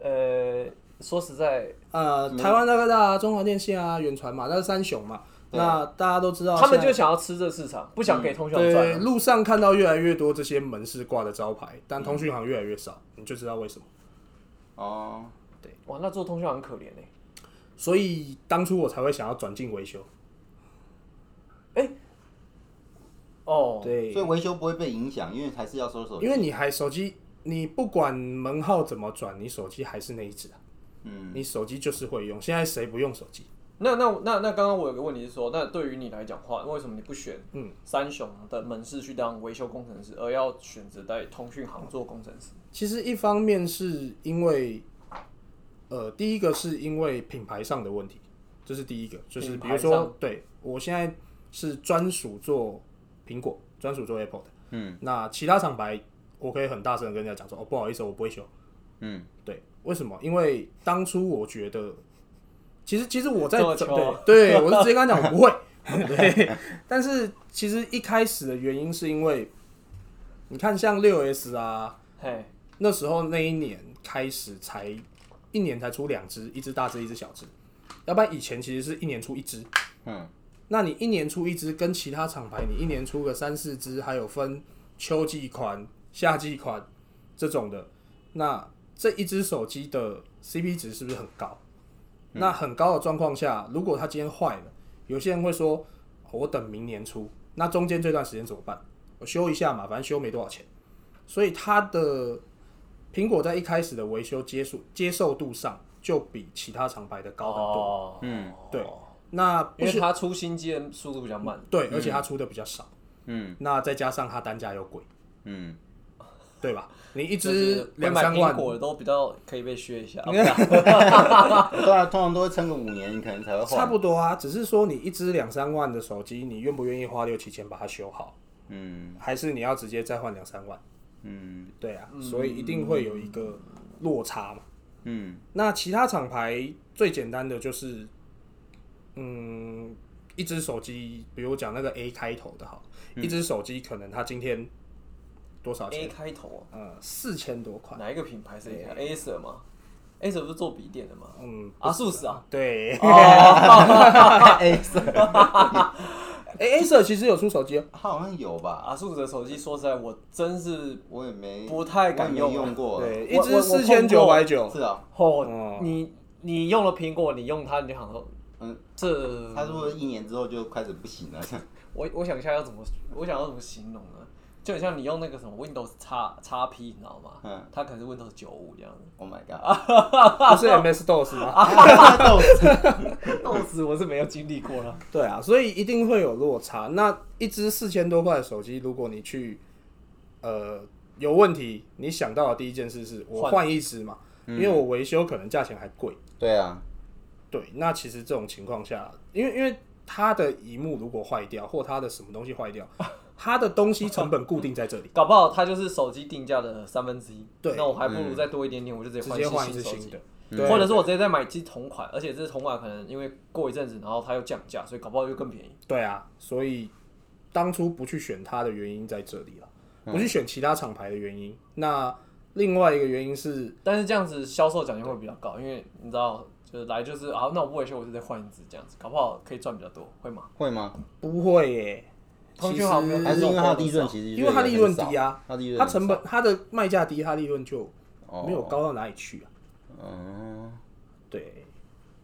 S3: 呃，说实在，
S2: 呃，
S3: 嗯
S2: 台湾大哥大、中华电信啊、远传嘛，那是三雄嘛，
S1: 对
S2: 那大家都知道现在，
S3: 他们就想要吃这市场，不想给通讯行赚
S2: 对，
S3: 啊。
S2: 路上看到越来越多这些门市挂的招牌，但通讯行越来越少，你就知道为什么。
S1: 哦，
S3: 哇，那做通讯行很可怜哎。
S2: 所以当初我才会想要转进维修。
S3: 哦，
S2: 对
S1: 所以维修不会被影响，因为还是要收手机，
S2: 因为你还手机，你不管门号怎么转，你手机还是那一只啊，
S1: 嗯，
S2: 你手机就是会用。现在谁不用手机？
S3: 那那那那刚刚我有个问题是说，那对于你来讲话，为什么你不选
S2: 嗯
S3: 三雄的门市去当维修工程师，而要选择在通讯行做工程师？
S2: 其实一方面是因为，呃，第一个是因为品牌上的问题，这是第一个，就是
S3: 品
S2: 比
S3: 牌
S2: 如
S3: 上
S2: 说，对我现在是专属做苹果，专属做 Apple 的，
S1: 嗯
S2: 那其他厂牌我可以很大声的跟人家讲说，哦，不好意思，我不会修。
S1: 嗯，
S2: 对，为什么？因为当初我觉得，其实其实我在
S3: 这么
S2: 对
S3: 巧啊
S2: 对，我是直接跟他讲我
S3: <laughs>
S2: 不会。对，但是其实一开始的原因是因为，你看像六 S 啊，
S3: 嘿，
S2: 那时候那一年开始才一年才出两只，一只大只，一只小只，要不然以前其实是一年出一只。
S1: 嗯，
S2: 那你一年出一只，跟其他厂牌你一年出个三四只，还有分秋季款、夏季款这种的，那这一只手机的 CP 值是不是很高？
S3: 嗯
S2: 那很高的状况下，如果它今天坏了，有些人会说，哦我等明年出，那中间这段时间怎么办？我修一下嘛，反正修没多少钱。所以它的苹果在一开始的维修接受接受度上，就比其他厂牌的高很多。
S3: 哦，
S1: 嗯
S2: 对，那不
S3: 因
S2: 是
S3: 为它出新机的速度比较慢，
S2: 对，而且它出的比较少，
S1: 嗯
S2: 那再加上它单价又贵，
S1: 嗯，
S2: 对吧？你一
S3: 就
S2: 只
S3: 是会
S2: 两
S3: 买
S2: 三
S3: 苹
S2: 万，
S3: 果的都比较可以被削一
S2: <laughs>
S3: 下。啊
S1: 对啊，通常都会撑个五年，你可能才会换，
S2: 差不多啊，只是说你一只两三万的手机，你愿不愿意花六七千把它修好，
S1: 嗯
S2: 还是你要直接再换两三万？
S1: 嗯
S2: 对啊，所以一定会有一个落差嘛。
S1: 嗯
S3: <laughs>
S2: 那其他厂牌最简单的就是，嗯，一只手机，比如讲那个 A 开头的哈，一只手机可能它今天多少钱？
S3: A 开头啊
S2: 嗯，四千多块。
S3: 哪一个品牌是 A 开 a s e r 吗 a s e r 不是做笔电的吗？
S2: 嗯，
S3: 阿素斯啊，
S2: 对。
S1: 哎，
S2: A Acer 其实有出手机哦，
S1: 好像有吧？
S3: 阿素斯的手机，说实在，我真是
S1: 我也没
S3: 不太敢
S1: 我也没
S3: 用啊
S1: 用过。
S2: 对，
S3: 我
S2: 一
S3: 我
S2: 只
S3: 我
S2: 四千九百九
S1: 是。啊，
S3: 哦
S2: 哦，
S3: 你你用了苹果，你用它，你就想说，
S1: 嗯，
S3: 这
S1: 他说一年之后就开始不行了。 <laughs>
S3: 我我想一下要怎么，我想要怎么形容呢？就很像你用那个什么 Windows 叉叉 P，你知道吗？
S1: 嗯，
S3: 它可能是 Windows 九五这样子。
S1: Oh my god！
S2: <laughs>
S3: <laughs>
S2: 不是 MS DOS 吗？
S1: 豆子，
S3: 豆子 <laughs> 我是没有经历过了。
S2: <laughs> 对啊，所以一定会有落差。那一只四千多块的手机，如果你去呃有问题，你想到的第一件事是我
S3: 换
S2: 换嗯一只嘛，因为我维修可能价钱还贵。
S1: 对啊，
S2: 对，那其实这种情况下，因为因为它的荧幕如果坏掉，或它的什么东西坏 <laughs> 掉，它的东西成本固定在这里，
S3: <laughs> 搞不好它就是手机定价的三分之一。
S2: 对
S3: 那我还不如再多一点点，我就直接
S2: 直接换
S3: 一
S2: 一
S3: 只
S2: 只
S3: 手
S2: 新
S3: 机
S2: 的。，嗯对
S3: 或者是我直接再买一支同款，而且这支同款可能因为过一阵子，然后它又降价，所以搞不好就更便宜。
S2: 对啊，所以当初不去选它的原因在这里了，
S1: 嗯
S2: 不去选其他厂牌的原因。那另外一个原因是，
S3: 但是这样子销售奖金会比较高，因为你知道，就是来就是啊，那我不维修，我就再换一支这样子，搞不好可以赚比较多，会吗？
S1: 会吗？
S2: 不会耶，
S3: 通
S2: 其
S3: 讯
S2: 实
S3: 行没有
S1: 还是因为它利润其实
S2: 因为它利润低
S1: 啊，
S2: 啊，
S1: 它利润
S2: 它
S1: 很
S2: 成本它的卖价低，它利润就
S1: 哦
S2: 没有高到哪里去啊。
S1: 哦，
S2: 对，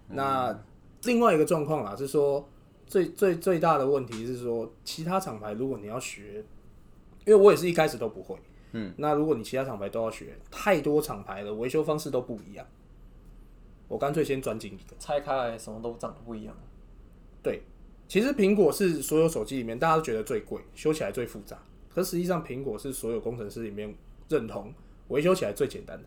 S2: 那另外一个状况啊是说，最最最大的问题是说，其他厂牌如果你要学，因为我也是一开始都不会，嗯，那如果你其他厂牌都要学，太多厂牌了，维修方式都不一样，我干脆先专精一个。
S3: 拆开来什么都长得不一样。
S2: 对，其实苹果是所有手机里面大家都觉得最贵，修起来最复杂，可实际上苹果是所有工程师里面认同维修起来最简单的。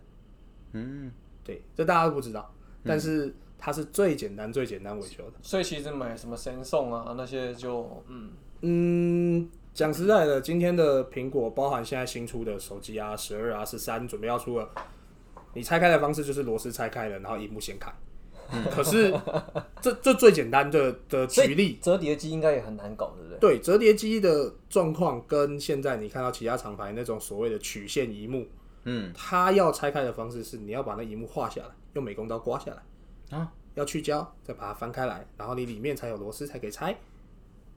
S1: 嗯，
S2: 对，这大家都不知道，但是它是最简单、最简单维修的。
S3: 所以其实买什么神送啊那些就嗯，
S2: 嗯，讲实在的，今天的苹果包含现在新出的手机啊，十二啊、十三准备要出了，你拆开的方式就是螺丝拆开了，然后荧幕掀开。可是这这最简单的的举例，
S3: 嗯折叠机应该也很难搞，对不对？
S2: 对折叠机的状况跟现在你看到其他厂牌那种所谓的曲线荧幕，
S1: 嗯，
S2: 它要拆开的方式是你要把那荧幕画下来，用美工刀刮下来
S1: 啊，
S2: 要去胶，再把它翻开来，然后你里面才有螺丝才可以拆。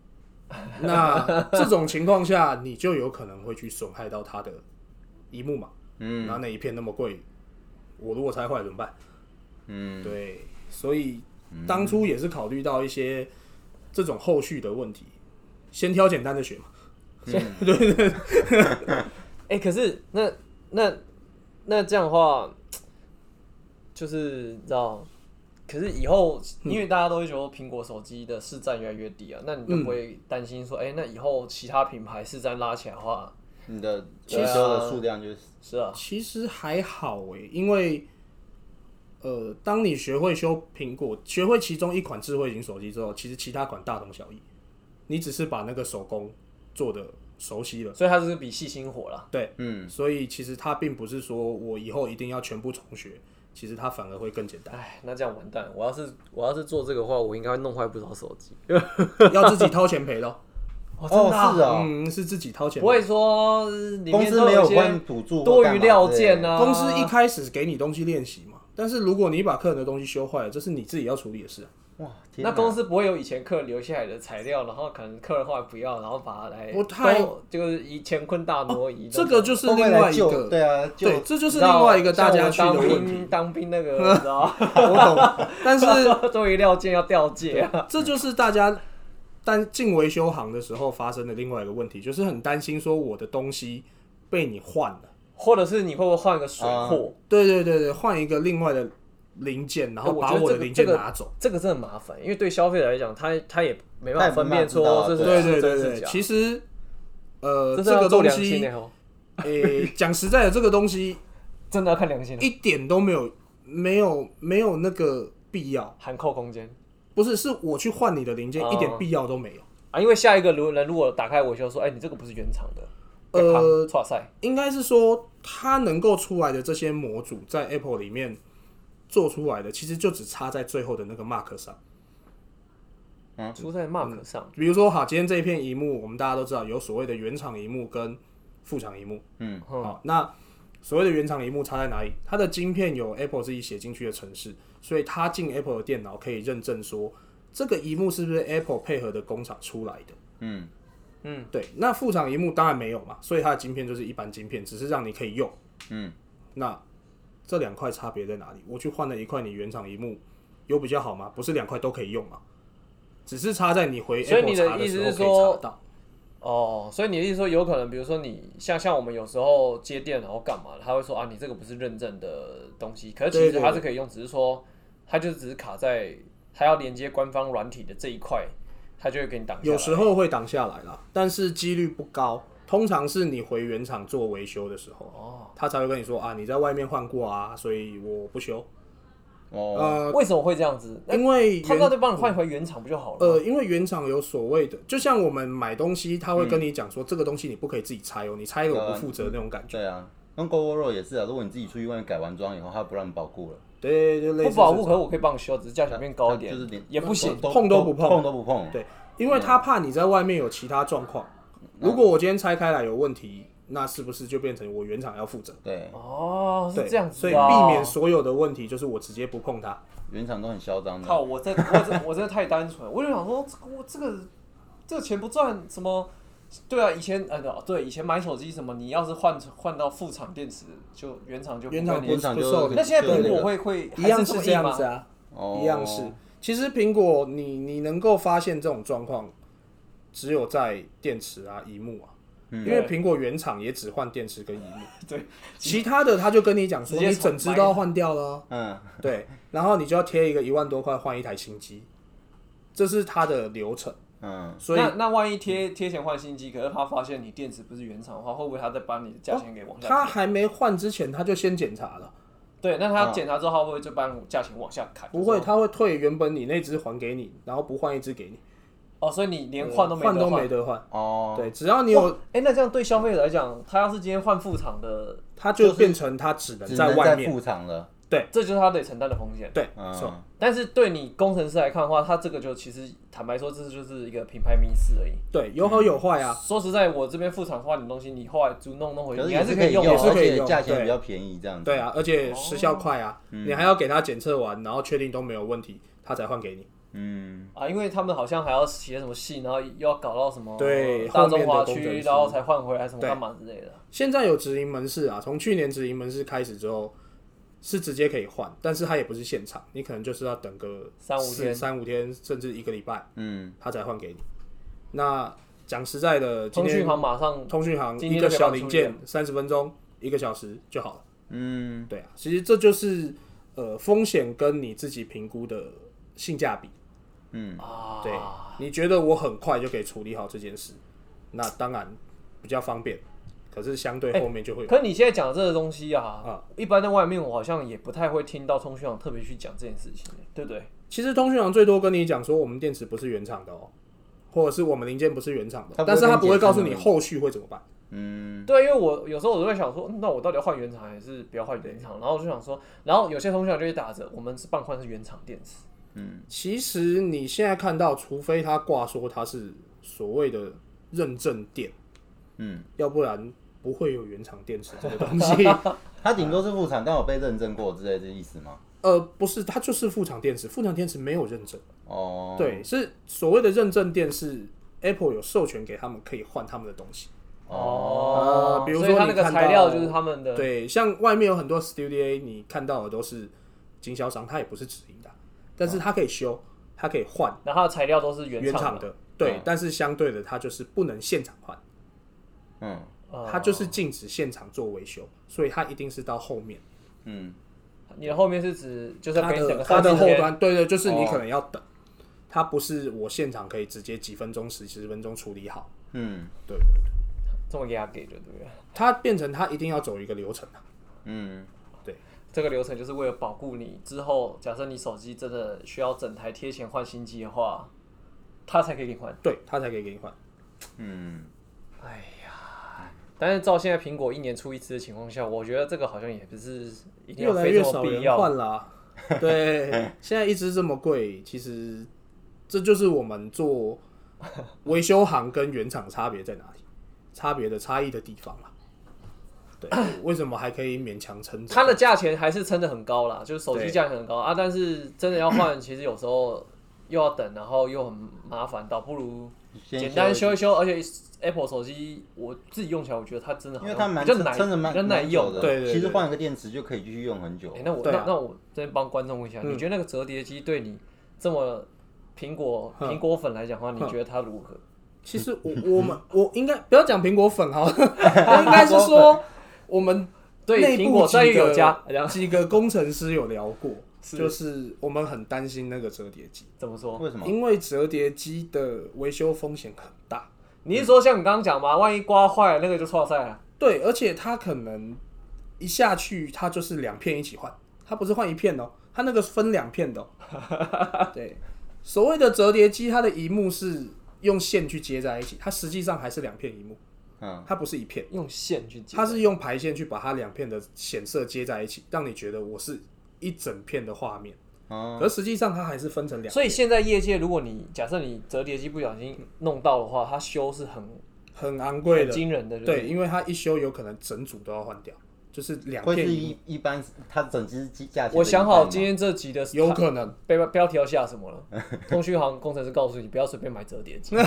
S1: <laughs>
S2: 那这种情况下，你就有可能会去损害到它的荧幕嘛？
S1: 嗯，
S2: 然后那一片那么贵，我如果拆坏了怎么办？
S1: 嗯，
S2: 对，所以当初也是考虑到一些这种后续的问题，先挑简单的学嘛。
S3: 哎、可是那那那这样的话，就是你知道，可是以后因为大家都会觉得苹果手机的市占越来越低啊，那你就不会担心说，哎、那以后其他品牌市占拉起来的话，
S1: 你的
S3: 其
S1: 维
S3: 实
S1: 修的数量就是
S3: 啊，
S2: 其实还好诶、因为呃，当你学会修苹果，学会其中一款智慧型手机之后，其实其他款大同小异，你只是把那个手工做的熟悉了。
S3: 所以它就是比细心火啦。
S2: 对，
S1: 嗯，
S2: 所以其实它并不是说我以后一定要全部重学，其实它反而会更简
S1: <laughs>
S2: 单，
S3: 哎，那这样完蛋！我要是
S4: 我要是做这个的话，我应该会弄坏不少手机。
S2: 要自己掏钱赔咯。
S3: 哦，真的、啊
S1: 是啊，
S2: 嗯，是自己掏钱
S3: 不
S2: 赔。
S3: 会说里
S1: 公
S3: 面
S1: 司
S3: 都
S1: 没
S3: 有一
S1: 关
S3: 些
S1: 补助
S3: 多余料件
S1: 呢。
S3: 啊，
S2: 公司一开始给你东西练习嘛，但是如果你把客人的东西修坏了，这是你自己要处理的事啊。
S1: 哇，天
S3: 那
S1: 哪
S3: 公司不会有以前客人留下来的材料，然后可能客人后来不要，然后把它来
S2: 不太哦
S3: 都就是以乾坤大挪移、
S2: 这个就是
S1: 会
S2: 另
S1: 不会来
S2: 外一
S1: 救
S2: 个，
S1: 对啊，就
S2: 对，这就是另外一个大家去
S3: 像
S2: 的
S3: 我当
S2: 问题。
S3: <laughs> 兵当兵那个，
S2: <laughs>
S3: 你知道，
S2: 我
S3: <laughs>
S2: 懂，但是
S3: 多余料件要掉界啊。
S2: 这就是大家但进维修行的时候发生的另外一个问题，就是很担心说我的东西被你换了。
S3: 或者是你会不会换个水货？
S2: 对对对对，换一个另外的零件，啊然后
S3: 哎
S2: 把我的零件拿走。
S3: 这个真的很麻烦，因为对消费者来讲，他他也没办法分辨
S1: 他也
S3: 说
S1: 不
S3: 这是
S1: 知道这
S2: 啊对对
S3: 啊真
S2: 对
S3: 是
S2: 对，
S3: 假。
S2: 其实呃，
S3: 这
S2: 这
S3: 是要
S2: 个
S3: 做
S2: 东
S3: 良心的
S2: 西，
S3: 哦，
S2: 诶，讲实在的，这个东西
S3: 嗯真的要看良心的，啊
S2: 一点都没有没有没有那个必要，
S3: 含扣空间
S2: 不是，是我去换你的零件，
S3: 哦
S2: 一点必要都没有。
S3: 啊。因为下一个如人如果打开维修说，哎，你这个不是原厂的，哎
S2: 呃
S3: 错赛，
S2: 应该是说它能够出来的这些模组，在 Apple 里面做出来的，其实就只差在最后的那个 mark 上。
S3: 出在 mark 上，
S2: 嗯比如说，好，今天这一片荧幕，我们大家都知道有所谓的原厂荧幕跟副厂荧幕。
S1: 嗯，
S2: 好，那所谓的原厂荧幕差在哪里？它的晶片有 Apple 自己写进去的程式，所以它进 Apple 的电脑可以认证说这个荧幕是不是 Apple 配合的工厂出来的。
S1: 嗯，
S2: 嗯，对。那副厂荧幕当然没有嘛，所以它的晶片就是一般晶片，只是让你可以用。
S1: 嗯，
S2: 那这两块差别在哪里？我去换了一块你原厂荧幕，有比较好吗？不是两块都可以用嘛？只是差在你回
S3: 所以
S2: Apple
S3: 你的
S2: 查
S3: 意思
S2: 时候
S3: 是
S2: 可以查
S3: 说
S2: 得到。
S3: 哦，所以你的意思说，有可能，比如说你像像我们有时候接电脑或干嘛的，他会说啊，你这个不是认证的东西，可是其
S2: 对
S3: 实
S2: 对
S3: 它是可以用，只是说它就只是卡在它要连接官方软体的这一块，它就会给你挡下来。
S2: 有时候会挡下来啦，但是几率不高。通常是你回原厂做维修的时候，
S3: 哦，
S2: 他才会跟你说啊，你在外面换过啊，所以我不修。
S1: 哦，
S2: 呃，
S3: 为什么会这样子？那
S2: 因为
S3: 他那就
S2: 原嗯
S3: 帮你换回原厂不就好了吗？
S2: 呃，因为原厂有所谓的，就像我们买东西，他会
S1: 嗯
S2: 跟你讲说、这个东西你不可以自己拆哦，你拆了
S1: 啊
S2: 我不负责那种感觉。
S1: 对啊，跟 g o o r o 也是啊，如果你自己出去外面改完装以后，他不让你保固了，
S2: 对对对，类
S3: 不
S2: 似
S3: 保
S2: 这
S3: 护，可
S2: 种
S3: 是我可以帮你修，只是价钱变高一点，
S1: 就是连
S3: 也不行。
S2: 碰都不碰啊
S1: 碰都不碰，啊
S2: 对，因为他怕你在外面有其他状况。
S1: 嗯
S2: 如果我今天拆开来有问题，那是不是就变成我原厂要负责？
S1: 对，
S3: 哦，
S2: 对，
S3: 是这样子
S2: 所以
S3: 的哦、
S2: 避免所有的问题，就是我直接不碰它。
S1: 原厂都很嚣张的，
S3: 靠，我这我这我真的太单纯了，我就想说，这个我这个这个钱不赚什么？对啊，以前呃对，以前买手机什么，你要是换换到副厂电池，就原厂就不会
S2: 原厂
S3: 你
S1: 原厂
S2: 不
S1: 就
S2: 受理
S3: 那现在
S1: 就
S3: 苹
S1: 那
S3: 果
S1: 个
S3: 会会
S2: 一样
S3: 还是
S2: 这样
S3: 么硬
S2: 子
S3: 吗？
S2: 啊，
S1: 哦
S2: 一样是。其实苹果你你能够发现这种状况，只有在电池啊、荧幕啊，
S1: 嗯
S2: 因为苹果原厂也只换电池跟荧幕，
S3: <laughs> 对，
S2: 其他的他就跟你讲说
S3: 直接
S2: 你整只都要换掉了哦，
S1: 嗯，
S2: 对，然后你就要贴一个一万多块换一台新机，这是它的流程，
S1: 嗯，
S2: 所以
S3: 那那万一贴贴钱换新机，可是他发现你电池不是原厂的话，会不会他再把你的价钱给往下？
S2: 他还没换之前他就先检查了，
S3: 对，那
S1: 嗯
S3: 他检查之后，他会不会就把你价钱往下砍？
S2: 不会
S3: 就说
S2: 他会退原本你那只还给你，然后不换一只给你，
S3: 哦，所以你连换都没
S2: 换
S3: 得
S2: 都没得换，
S1: 哦，
S2: 对，只要你有
S3: 哎、那这样对消费者来讲，他要是今天换副厂的，
S2: 它就变成它只能
S1: 只
S2: 在
S1: 能
S2: 外
S1: 在
S2: 面，
S1: 副厂了，
S3: 这就是他得承担的风险。
S2: 对，没错。
S1: 嗯，
S3: 但是对你工程师来看的话，他这个就其实坦白说，这就是一个品牌迷失而已。
S2: 对，有
S3: 嗯
S2: 好有坏啊。
S3: 说实在，我这边副厂换的东西，你后来就弄弄回去，
S1: 可是
S3: 你
S1: 也
S3: 还
S1: 是
S3: 可以用啊，
S2: 也是
S1: 而
S2: 可以
S1: 且
S2: 用
S1: 价钱
S2: 对
S1: 比较便宜这
S3: 嗯
S1: 样子，
S2: 对啊，而且时效快
S3: 哦
S2: 啊，你还要给他检测完，然后确定都没有问题，他才换给你。
S1: 嗯，
S3: 啊，因为他们好像还要写什么戏，然后又要搞到什么
S2: 对
S3: 大中华
S2: 后面的工
S3: 区，
S2: 程师
S3: 然后才换回来什么
S2: 对
S3: 干嘛之类的。
S2: 现在有直营门市啊，从去年直营门市开始之后，是直接可以换，但是它也不是现场，你可能就是要等个
S3: 三五
S2: 四
S3: 天
S2: 三五天甚至一个礼拜，
S1: 嗯，
S2: 他才换给你。那讲实在的，今
S3: 通讯
S2: 天
S3: 行马上
S2: 通讯行
S3: 今
S2: 一
S3: 天
S2: 个
S3: 就可以
S2: 小
S3: 帮你
S2: 零
S3: 处理
S2: 件三十分钟，一个小时就好了。
S1: 嗯，
S2: 对啊，其实这就是呃风险跟你自己评估的性价比。
S1: 嗯，
S3: 啊，
S2: 对，你觉得我很快就可以处理好这件事，那当然比较方便，可是相对后面
S1: 哎
S2: 就会有、
S3: 可是你现在讲的这个东西啊，
S2: 啊
S3: 一般在外面我好像也不太会听到通讯行特别去讲这件事情，对不对？
S2: 其实通讯行最多跟你讲说我们电池不是原厂的哦，或者是我们零件不是原厂的哦，
S1: 他不会
S2: 但是他
S1: 跟你
S2: 不会
S1: 解释
S2: 告诉你
S1: 那个
S2: 后续会怎么办。
S1: 嗯，
S3: 对，因为我有时候我都在想说，嗯那我到底要换原厂还是不要换原厂？然后我就想说，然后有些同学就会打着我们是半换是原厂电池，
S1: 嗯，
S2: 其实你现在看到，除非他挂说他是所谓的认证店，
S1: 嗯，
S2: 要不然不会有原厂电池这个
S1: <laughs>
S2: 东西。
S1: 它顶多是副厂，但我被认证过之类的意思吗？
S2: 呃，不是，它就是副厂电池，副厂电池没有认证。
S1: 哦，
S2: 对，是所谓的认证店是 Apple 有授权给他们可以换他们的东西。
S3: 哦
S2: 呃比如
S3: 所
S2: 说
S3: 以它那
S2: 你
S3: 个
S2: 看
S3: 材料
S2: 到
S3: 就是他们的，
S2: 对，像外面有很多 Studio，A，你看到的都是经销商，它也不是直营的，啊但是它可以修，它可以换
S3: 然后它的材料都是哦原
S2: 原厂
S3: 的，哦
S2: 的。对，
S1: 嗯
S2: 但是相对的，它就是不能现场换，
S1: 嗯
S3: 哦
S2: 它就是禁止现场做维修，所以它一定是到后面，
S1: 嗯，
S3: 你的后面是指就是要
S2: 它
S3: 给你整个
S2: 的它的
S3: 30
S2: 后
S3: 天
S2: 端，对对，就是你可能要
S3: 哦
S2: 等，它不是我现场可以直接几分钟、十几分钟处理好，
S1: 嗯，
S2: 对对对，
S3: 这么给他给的，对不对？
S2: 它变成它一定要走一个流程啊
S1: 嗯，
S3: 这个流程就是为了保护你之后，假设你手机真的需要整台贴钱换新机的话，它才可以给你换。
S2: 对，它才可以给你换。
S1: 嗯，
S3: 哎呀，但是照现在苹果一年出一次的情况下，我觉得这个好像也不是一定
S2: 越
S3: 要
S2: 来
S3: 非
S2: 越
S3: 这么
S2: 少
S3: 必
S2: 人
S3: 要。
S2: 换啦。 <laughs> 对，现在一直这么贵，其实这就是我们做维修行跟原厂差别在哪里。差别的差异的地方啦。对，为什么还可以勉强撑着？
S3: 它的价钱还是撑的很高啦，就是手
S1: 对
S3: 机价
S2: <coughs>
S3: 钱很高啊，但是真的要换，其实有时候又要等，然后又很麻烦，倒不如
S1: 先
S3: 简单修
S1: 一
S3: 一修。而且 Apple 手机我自己用起来，我觉得它真的
S1: 下，因
S3: 好
S1: 为它
S3: 像
S1: 蛮
S3: 比较难，
S1: 撑着蛮
S3: 比较
S1: 蛮
S3: 耐
S1: 久
S3: 用
S1: 的，
S2: 对对啊对
S1: 其实换一个电池就可以继续用很久
S3: 哎、。那我
S2: 对
S3: 那
S2: 啊
S3: 那我这边帮观众问一下，
S2: 嗯
S3: 你觉得那个折叠机对你这么苹果
S2: 嗯
S3: 苹果粉来讲的话，你觉得它如何？
S2: 其实我我们 <laughs> 我应该不要讲苹果粉好了，我应该是说我们
S3: 对
S2: 内部
S3: 苹果
S2: 几个
S3: 待遇有加这样
S2: 几个工程师有聊过，就是我们很担心那个折叠机，
S3: 怎么说？
S1: 为什么？
S2: 因为折叠机的维修风险很大。
S3: 你是说像你刚刚讲嘛，万一刮坏了那个就错赛了？
S2: 对，而且它可能一下去，它就是两片一起换，它不是换一片哦，它那个是分两片的、哦。对，所谓的折叠机，它的荧幕是用线去接在一起，它实际上还是两片荧幕，
S1: 嗯，
S2: 它不是一片，
S3: 用线去接
S2: 它是用排线去把它两片的显色接在一起，让你觉得我是一整片的画面，
S1: 哦，
S2: 可实际上它还是分成两，
S3: 所以现在业界，如果你假设你折叠机不小心弄到的话，它修是很
S2: 很昂贵
S3: 很
S2: 的。
S3: 惊人的，就是
S2: 对，，因为它一修有可能整组都要换掉，就是两
S1: 会
S2: 片
S1: 是
S2: 荧幕，
S1: 一一般它整只机价钱的一半吗。
S3: 我想好今天这集的
S2: 有可能。
S3: 标标题要下什么了？ <laughs> 通讯行工程师告诉你，不要随便买折叠机。
S2: <laughs>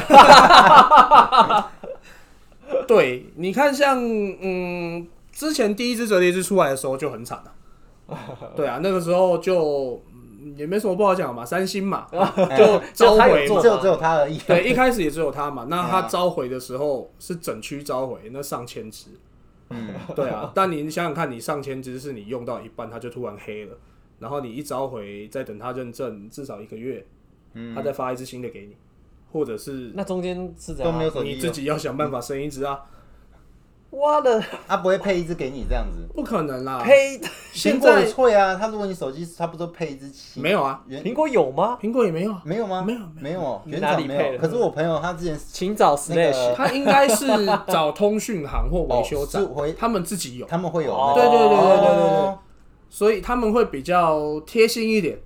S2: 对，你看像嗯，之前第一只折叠机出来的时候就很惨了、对啊，那个时候就、嗯也没什么不好讲嘛，三星嘛，就召
S3: 他有
S2: 回
S3: 做
S2: 嘛。
S1: 只有只有它而已。啊
S2: <laughs> 对，一开始也只有它嘛。那它
S1: 对啊
S2: 召回的时候是整区召回，那上千只。
S1: 嗯，
S2: <laughs> 对啊，但你想想看，你上千只是你用到一半，它就突然黑了，然后你一召回，再等它认证至少一个月，
S1: 嗯
S2: 它再发一只新的给你，或者是
S3: 那中间是怎
S1: 都
S3: 样
S1: 没有
S3: 啊？
S1: 手机
S2: 你
S1: 用
S2: 自己要想办法生一只啊，
S3: 我的
S1: 它啊不会配一只给你这样子。
S2: 不可能啦。
S3: 呸！
S2: 现
S1: 苹果
S2: 在
S1: 也会啊，它如果你手机差不多配一只七，
S2: 没有啊，
S1: 原
S3: 苹果有吗？
S2: 苹果也没有啊。
S1: 没有吗？
S2: 没有
S1: 没有哦，
S3: 你
S1: 原
S3: 哪
S1: 厂
S3: 里
S1: 没
S3: 配
S1: 有。
S3: 了
S1: 可是我朋友他之前
S3: 请找
S1: 那
S3: Slash
S1: 个
S2: 他应该是找通讯行或维修站
S1: 哦是回，
S2: 他们自己有，
S1: 他们会有
S3: 哦
S1: 那个，
S2: 对对对对对对对
S1: 哦
S2: 所以他们会比较贴心一点。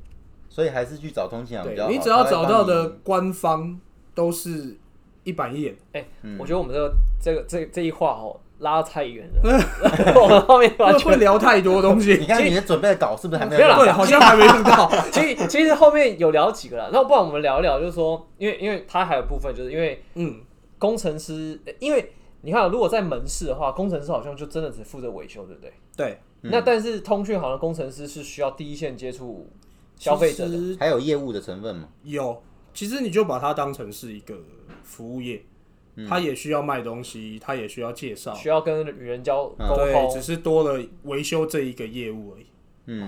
S1: 所以还是去找通信行比
S2: 对
S1: 较好。
S2: 你只要
S1: 他会
S2: 找
S1: 帮
S2: 到
S1: 你
S2: 的官方都是一板一眼，
S3: <laughs> 哎、
S1: 嗯
S3: 我觉得我们这个这个这这一话哦，拉太远了，我们后面
S2: 因
S3: 完
S2: 为会
S3: 全。
S2: 聊太多
S3: <laughs>
S2: 东
S1: 你
S2: 西。
S1: 看你的准备的稿是不是还没有
S3: 没有啦
S1: 弄
S2: 对，好像还没
S3: <laughs>
S2: 用到。
S3: 其实其实后面有聊几个了，那不然我们聊一聊，就是说，因为因为它还有部分，就是因为
S2: 嗯，
S3: 工程师，呃因为你看，如果在门市的话，工程师好像就真的只负责维修，对不对？
S2: 对，
S1: 嗯
S3: 那但是通讯行的工程师是需要第一线接触消费者
S2: 其
S3: 的，
S2: 实
S1: 还有业务的成分嘛？
S2: 有，其实你就把它当成是一个服务业，他也需要卖东西，他也需要介绍，
S3: 嗯需要跟与人交沟
S2: 啊对，只
S3: 通。
S2: 是多了维修这一个业务而已。
S1: 嗯，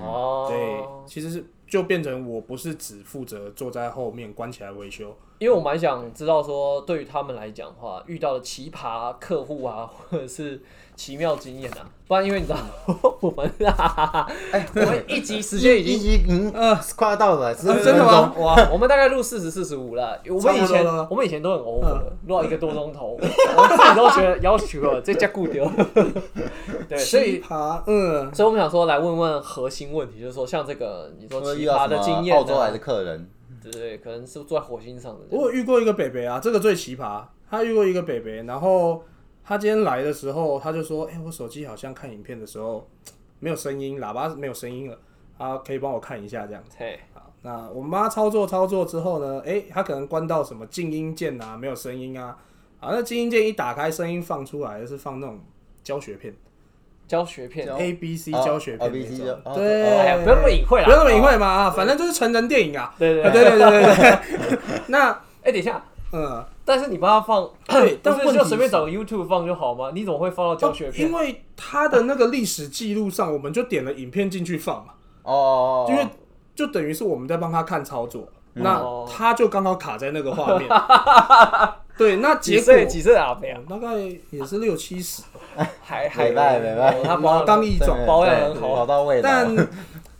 S2: 对
S3: 哦，，
S2: 其实是就变成我不是只负责坐在后面关起来维修，
S3: 因为我蛮想知道说，对于他们来讲的话，遇到的奇葩客户啊，或者是奇妙经验啊，不然因为你知道 <laughs> 我们啊，
S1: 哎，
S3: 我们一集时间已
S1: 一
S3: 经，
S1: 集嗯
S2: 呃
S1: 快要到了，十
S2: 真
S3: <laughs>
S2: 的吗？？哇，
S3: 我们大概录四十四十五了。我们以
S2: 差不多
S3: 前
S2: 了嗯
S3: 我们以前都很 over，录到一个多钟头，我自己都觉得要求了，这加固丢。 <laughs> 对，所以
S2: 奇葩，嗯，
S3: 所以我们想说来问问核心问题，就是说像这个你说
S1: 说
S3: 奇
S1: 遇到
S3: 葩
S1: 什
S3: 的
S1: 么
S3: 经验、啊，
S1: 澳洲来的客人，
S3: 对对，可能是住在火星上的
S2: 我有遇过一个北北啊，这个最奇葩，他遇过一个北北，然后他今天来的时候，他就说，哎、我手机好像看影片的时候没有声音，喇叭没有声音了，啊，可以帮我看一下这样。
S3: 嘿，
S2: 好，那我妈操作操作之后呢，哎、他可能关到什么静音键啊，没有声音啊，啊，那静音键一打开，声音放出来的是放那种教学片。
S3: 教学片，
S1: 教
S2: A B C 教学片
S1: A B C
S2: 那种
S1: 哦教哦
S2: 对，
S1: 哦
S3: 哎呀，不要那么隐晦啦，
S2: 不要那么隐
S3: 哦。
S2: 晦嘛啊，反正就是成人电影啊。
S3: 对对
S2: <laughs> 对
S3: 对
S2: 对对对对。 <laughs> 那
S3: 哎，等一下，
S2: 嗯，
S3: 但是你帮他放，
S2: 对
S3: 不
S2: 但
S3: 是
S2: 问题
S3: 就是随便找个 YouTube 放就好吗？你怎么会放到教学片
S2: 哦因？为他的那个历史记录上，我们就点了影片进去放嘛，
S1: 哦哦，哦
S2: 因为就等于是我们在帮他看操作，那
S3: 哦
S2: 他就刚好卡在那个画
S3: <laughs>
S2: 面。对，那
S3: 几
S2: 结果
S3: 岁几岁的阿贝啊
S2: 哦？大概也是六七十，
S3: 还还
S1: 美拜美拜，
S3: 他保
S2: 嗯当一种
S1: 对
S3: 保养很
S1: 对
S3: 好
S1: 好到位的。
S2: 但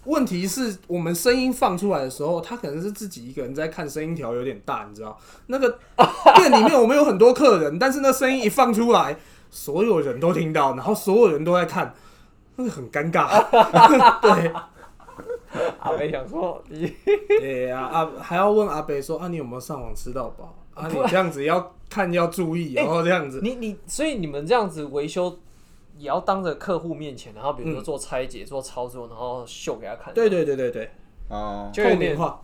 S2: 问题是我们声音放出来的时候，他可能是自己一个人在看，声音调有点大，你知道？那个 <laughs> 店里面我们有很多客人，但是那声音一放出来，所有人都听到，然后所有人都在看，那个很尴尬。 <laughs> 对，
S3: 阿贝想说你
S2: <laughs> 啊对啊，阿还要问阿北说啊，你有没有上网吃到饱？啊，你这样子要看要注
S3: <laughs>
S2: 意，然后这样子，
S3: 你你，所以你们这样子维修，也要当着客户面前，然后比如说做拆解、做操作，然后秀给他看。
S2: 对对对对对，
S1: 哦，
S3: 就有
S2: 透
S3: 点
S2: 明化，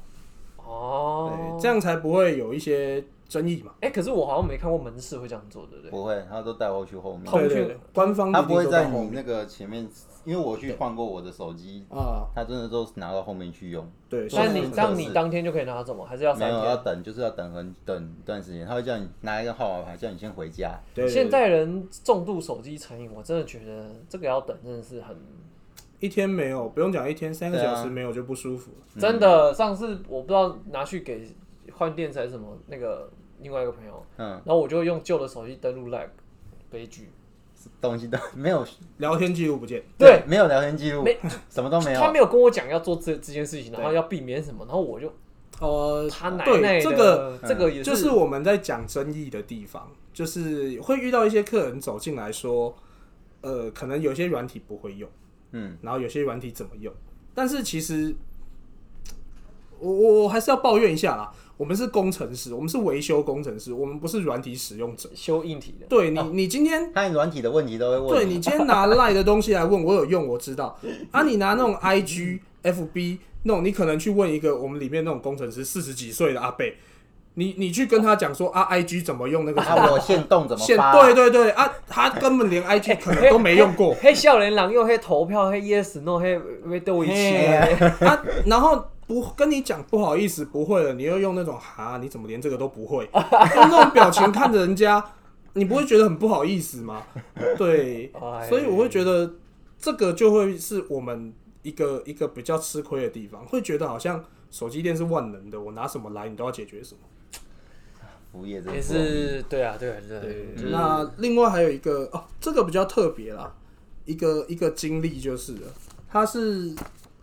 S3: 哦
S2: 对，，这样才不会有一些争议嘛。
S3: 哎、可是我好像没看过门市会这样做，对不对？
S1: 不会，他都带我去后面，
S3: 后
S2: 对
S3: 面
S2: 对对，官方
S1: 他
S2: 一
S1: 不
S2: 定
S1: 会
S2: 都
S1: 在
S2: 后
S1: 你
S2: 面
S1: 那个前面，因为我去换过我的手机，
S2: 啊，
S1: 他真的都是拿到后面去用，
S2: 对，
S1: 对
S3: 那
S2: 像
S3: 你
S1: 是
S3: 让你当天就可以拿走吗？还是要
S1: 没
S3: 三
S1: 有要
S2: 啊
S3: 天？
S1: 等，就是要等很等一段时间，他会叫你拿一个号码牌，叫你先回家。
S2: 对
S3: 现
S2: 对对
S3: 代人重度手机成瘾，我真的觉得这个要等真的是很
S2: 嗯一天没有，不用讲一天，三个
S1: 对啊
S2: 小时没有就不舒服了。
S3: 真的。上次我不知道拿去给换电池还是什么，那个另外一个朋友，
S1: 嗯，
S3: 然后我就用旧的手机登录 lag，悲剧。
S1: 东西都 <laughs> 没有，
S2: 聊天记录不见，
S3: 对，
S1: 没有聊天记录
S3: 没，
S1: 什么都没
S3: 他
S1: 有
S3: 没。有跟我讲要做这这件事情，然后
S2: 对
S3: 要避免什么，然后我就
S2: 呃
S3: 他奶奶
S2: 对
S3: 的嗯
S2: 这个
S3: 这个也
S2: 就是我们在讲争议的地方，就是会遇到一些客人走进来说，呃，可能有些软体不会用，
S1: 嗯，
S2: 然后有些软体怎么用，但是其实我我我还是要抱怨一下啦，我们是工程师，我们是维修工程师，我们不是软体使用者。
S3: 修硬体的。
S2: 对你，
S1: 哦
S2: 你今天
S1: 他连软体的问题都会
S2: 对
S1: 问。
S2: 你今天拿赖的东西来问我有用，我知道。啊，你拿那种 IG、FB 那种，你可能去问一个我们里面那种工程师四十几岁的阿贝，你你去跟他讲说啊，IG 怎么用那个什
S1: 啊，
S2: 么
S1: 我线动怎么
S2: 线，
S1: 发？
S2: 对对对啊，他根本连 IG 可能都没用过
S3: 嘿，少年郎用嘿投票嘿 yes no 嘿嘿都一起
S1: 嘿
S3: 嘿
S2: 啊，然后。不跟你讲，不好意思，不会了。你又用那种哈，你怎么连这个都不会？用那种表情看着人家，你不会觉得很不好意思吗？对，
S3: 哎
S2: 所以我会觉得这个就会是我们一个一个比较吃亏的地方，会觉得好像手机店是万能的，我拿什么来你都要解决什么。
S1: 服务业真的
S3: 哎也
S1: 不容易
S3: 是对啊，对啊，对啊
S2: 对，
S3: 就是
S2: 那另外还有一个哦，这个比较特别啦，一个一个经历就是了，他是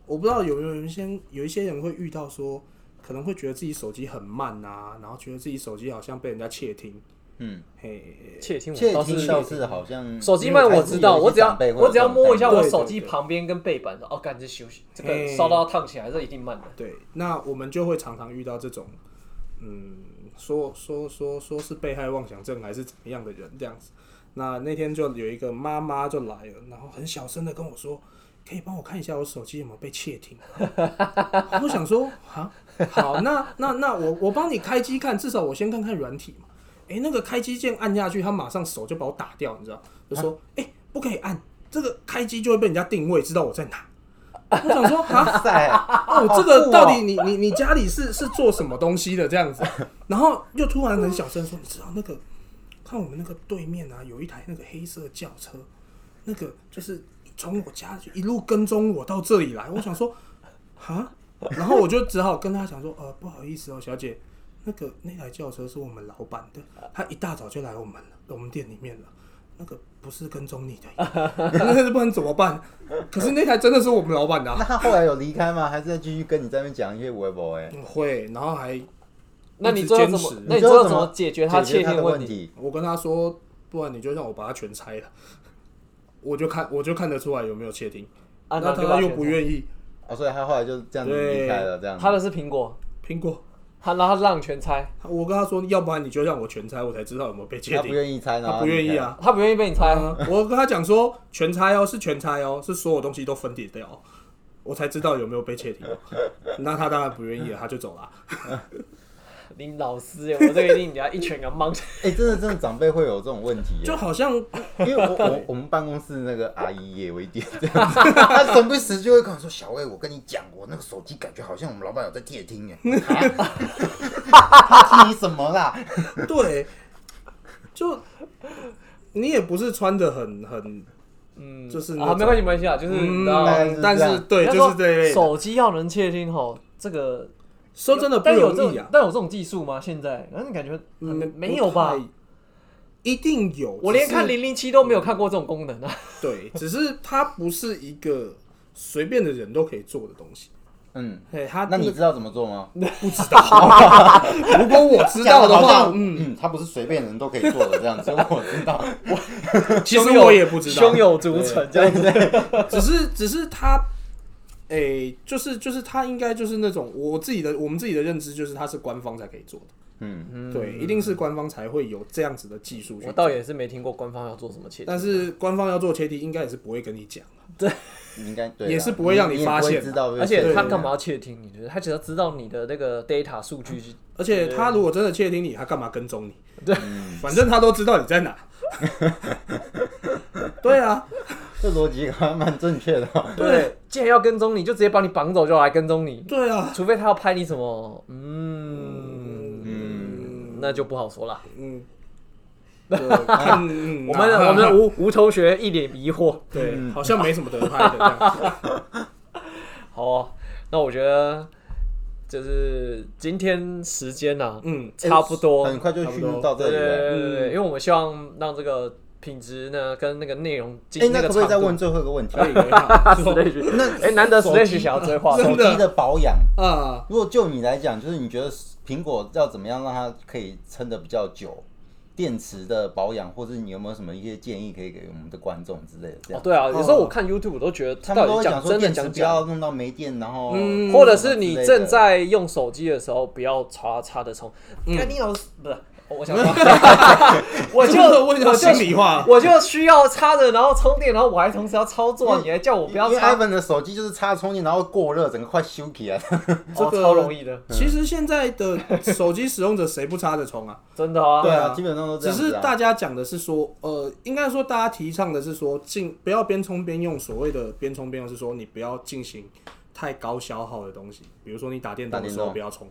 S2: 我不知道有没有人先有一些人会遇到说，可能会觉得自己手机很慢啊，然后觉得自己手机好像被人家窃听，
S1: 嗯，
S2: 嘿，
S3: 窃听
S1: 窃
S3: 我倒
S1: 听
S3: 是
S1: 倒是好像
S3: 手机慢我知道，我只要我只要摸一下我手机
S2: 对对对
S3: 旁边跟背板，哦，感觉休息这
S2: 嘿
S3: 个烧到烫起来，这一定慢的。
S2: 对，那我们就会常常遇到这种，嗯，说说说说是被害妄想症还是怎么样的人这样子。那那天就有一个妈妈就来了，然后很小声的跟我说：“可以帮我看一下我手机有没有被窃听？” <laughs> 我想说啊，好，那那那我我帮你开机看，至少我先看看软体嘛。诶，那个开机键按下去，他马上手就把我打掉，你知道？就说：“诶，不可以按，这个开机就会被人家定位，知道我在哪。” <laughs> 我想说啊，
S1: 哇塞，
S2: 哦，
S1: 好
S2: 这个
S1: 酷
S2: 到
S1: 哦
S2: 底你你你家里是是做什么东西的这
S1: <laughs>
S2: 样子？然后又突然很小声说，你知道那个，看我们那个对面啊，有一台那个黑色轿车，那个就是从我家就一路跟踪我到这里来。我想说，啊，然后我就只好跟他讲说，呃，不好意思哦，小姐，那个那台轿车是我们老板的，他一大早就来我们了，我们店里面了。那个不是跟踪你的，那不然怎么办？可是那台真的是我们老板的、啊
S1: 那，他后来有离开吗？还是继续跟你在那边讲一些微博？哎，
S2: 嗯会，然后还
S3: 那
S2: 一
S3: 你
S2: 直
S3: 最后
S2: 坚
S3: 怎么
S2: 持？
S3: 那你
S1: 知
S3: 最
S1: 道
S3: 后
S1: 怎
S3: 怎么
S1: 解
S3: 解决他窃
S1: 他
S3: 听
S1: 的
S3: 问题？
S1: 题？
S2: 我跟他说，不然你就让我把它全拆了， <laughs> 我就看我就看得出来有没有窃听。
S3: 啊，
S2: 那
S3: 那就把
S2: 他
S3: 它
S2: 又
S3: 全
S2: 不
S3: 拆
S2: 愿意，
S1: 哦，所以他后来就这样子离开了，这样子
S3: 他的是苹果，
S2: 苹果，
S3: 他然后他让全拆，
S2: 我跟他说，要不然你就让我全拆，我才知道有没有被窃
S1: 他不
S2: 听。
S1: 愿意猜，然后
S2: 他不愿意啊。
S3: 他不愿意被你拆。
S2: 嗯 <laughs> 我跟他讲说，全拆哦，是全拆哦，是所有东西都分解掉哦，我才知道有没有被窃听。那他当然不愿意了，他就走了。
S3: 林老师耶，我这个一定给他一拳给他蒙。
S1: 离开。哎，真的真的长辈会有这种问题耶，
S2: 就好像
S1: 因为我我我们办公室那个阿姨也有一点这样子，她时不时就会跟我说：“小魏，我跟你讲，我那个手机感觉好像我们老板有在窃听耶。啊”他听你什么啦？
S2: 对，就你也不是穿的很很，
S3: 嗯，
S2: 就是那
S3: 啊，没关系，没关系啊，就是你知道
S1: 大概是
S2: 嗯，但
S1: 这
S2: 是
S1: 样
S2: 对，
S3: 人家
S2: 就
S3: 说
S2: 是这一类的。
S3: 手机要能窃听吼，这个
S2: 说真的不
S3: 但有
S2: 容
S3: 这种
S2: 易啊，
S3: 但有这种技术吗？现在，然后你感觉啊
S2: 嗯
S3: 没没有吧
S2: 不？太一定有，
S3: 我连
S2: 只是
S3: 看零零七都没有看过这种功能啊。
S2: 对，只是它不是一个随便的人都可以做的东西。
S1: 嗯，
S2: 对，他
S1: 那你知道怎么做吗？
S2: <laughs> 不知道？ <laughs> 如果我知道的
S1: 讲得好
S2: 话，
S1: 像
S2: 嗯，
S1: 嗯，他不是随便人都可以做的这样子，我知道。
S2: <laughs> 其实
S3: 胸有
S2: 我也不知道
S3: 胸，有足成这样子。
S2: 嗯只是只是他。诶、就是就是他应该就是那种我自己的我们自己的认知就是他是官方才可以做的，
S1: 嗯，
S2: 对，一定是官方才会有这样子的技术去
S3: 我。倒也是没听过官方要做什么切，
S2: 但是官方要做切题，应该也是不会跟你讲。
S1: 应该对啦，啊
S2: 也是不会让你
S1: 也不
S2: 发
S1: 会
S2: 现
S1: 知道这个
S3: 而
S1: 事情，
S3: 且他干嘛要窃听你？就是他只要知道你的那个 data 数据，
S2: 而且他如果真的窃听你，他干嘛跟踪你？对，
S3: 嗯
S2: 反正他都知道你在哪。 <laughs> 对啊，
S1: 这逻辑还蛮正确的哦。
S3: 对，既然要跟踪你，就直接把你绑走，就来跟踪你，
S2: 对啊，
S3: 除非他要拍你什么，嗯，那就不好说了。
S2: 嗯，对
S3: <laughs>
S2: 看嗯
S3: 我们的
S2: 啊
S3: 我们的嗯吴吴同学一脸疑惑，
S2: 对，好像没什么得拍的这样子。
S3: 好、哦，那我觉得就是今天时间呐、啊，
S2: 嗯，
S3: 差不多，
S1: 很快就
S2: 差不
S1: 进
S2: 多
S1: 入到这
S3: 对
S1: 里
S3: 对
S1: 了。
S3: 对对对，因为我们希望让这个品质呢跟那个内容
S1: 哎，
S3: 进
S1: 那
S3: 个
S1: 可不可以
S3: 长
S1: 再
S3: 度。
S1: 问最后一个问题？
S3: Slash，
S1: 那
S3: 哎，难得
S1: 手机
S3: Slash 想要追话
S2: 真
S1: 手
S3: 筒，
S2: 的
S1: 机的保养，
S3: <laughs>
S2: 啊，
S1: 如果就你来讲，就是你觉得苹果要怎么样让它可以撑得比较久？电池的保养，或者你有没有什么一些建议可以给我们的观众之类的？这
S3: 哦
S1: 样，，
S3: 对啊，有时候我看 YouTube 我都觉得
S1: 他
S3: 到
S1: 们都
S3: 底
S1: 会
S3: 讲
S1: 说
S3: 真的
S1: 电池
S3: 讲
S1: 不
S3: 假的，
S1: 要弄到没电，然后
S2: 嗯
S3: 或者是你
S1: 之类的
S3: 正在用手机的时候不要插插着充，看你老师不是。哦我想说，嗯 <laughs> 我就
S2: 我
S3: 我
S2: 讲
S3: 就
S2: 心里话，
S3: 我就需要插着，然后充电，然后我还同时要操作，
S1: 因为
S3: 你还叫我不要
S1: 因为
S3: 插，
S1: iPhone 的手机就是插充电，然后过热，整个快修起来。
S3: 哦
S2: 这个
S3: 超容易的，
S2: 其实现在的手机使用者谁不插着充啊？
S3: 真的
S1: <laughs>
S3: 啊。
S1: 对啊，
S2: 啊
S1: 基本上都这
S2: 只
S1: 样
S2: 是
S1: 子啊。
S2: 大家讲的是说，呃，应该说大家提倡的是说，进不要边充边用。所谓的边充边用是说，你不要进行太高消耗的东西，比如说你打电动的时
S1: 打电
S2: 候
S1: 动
S2: 不要充，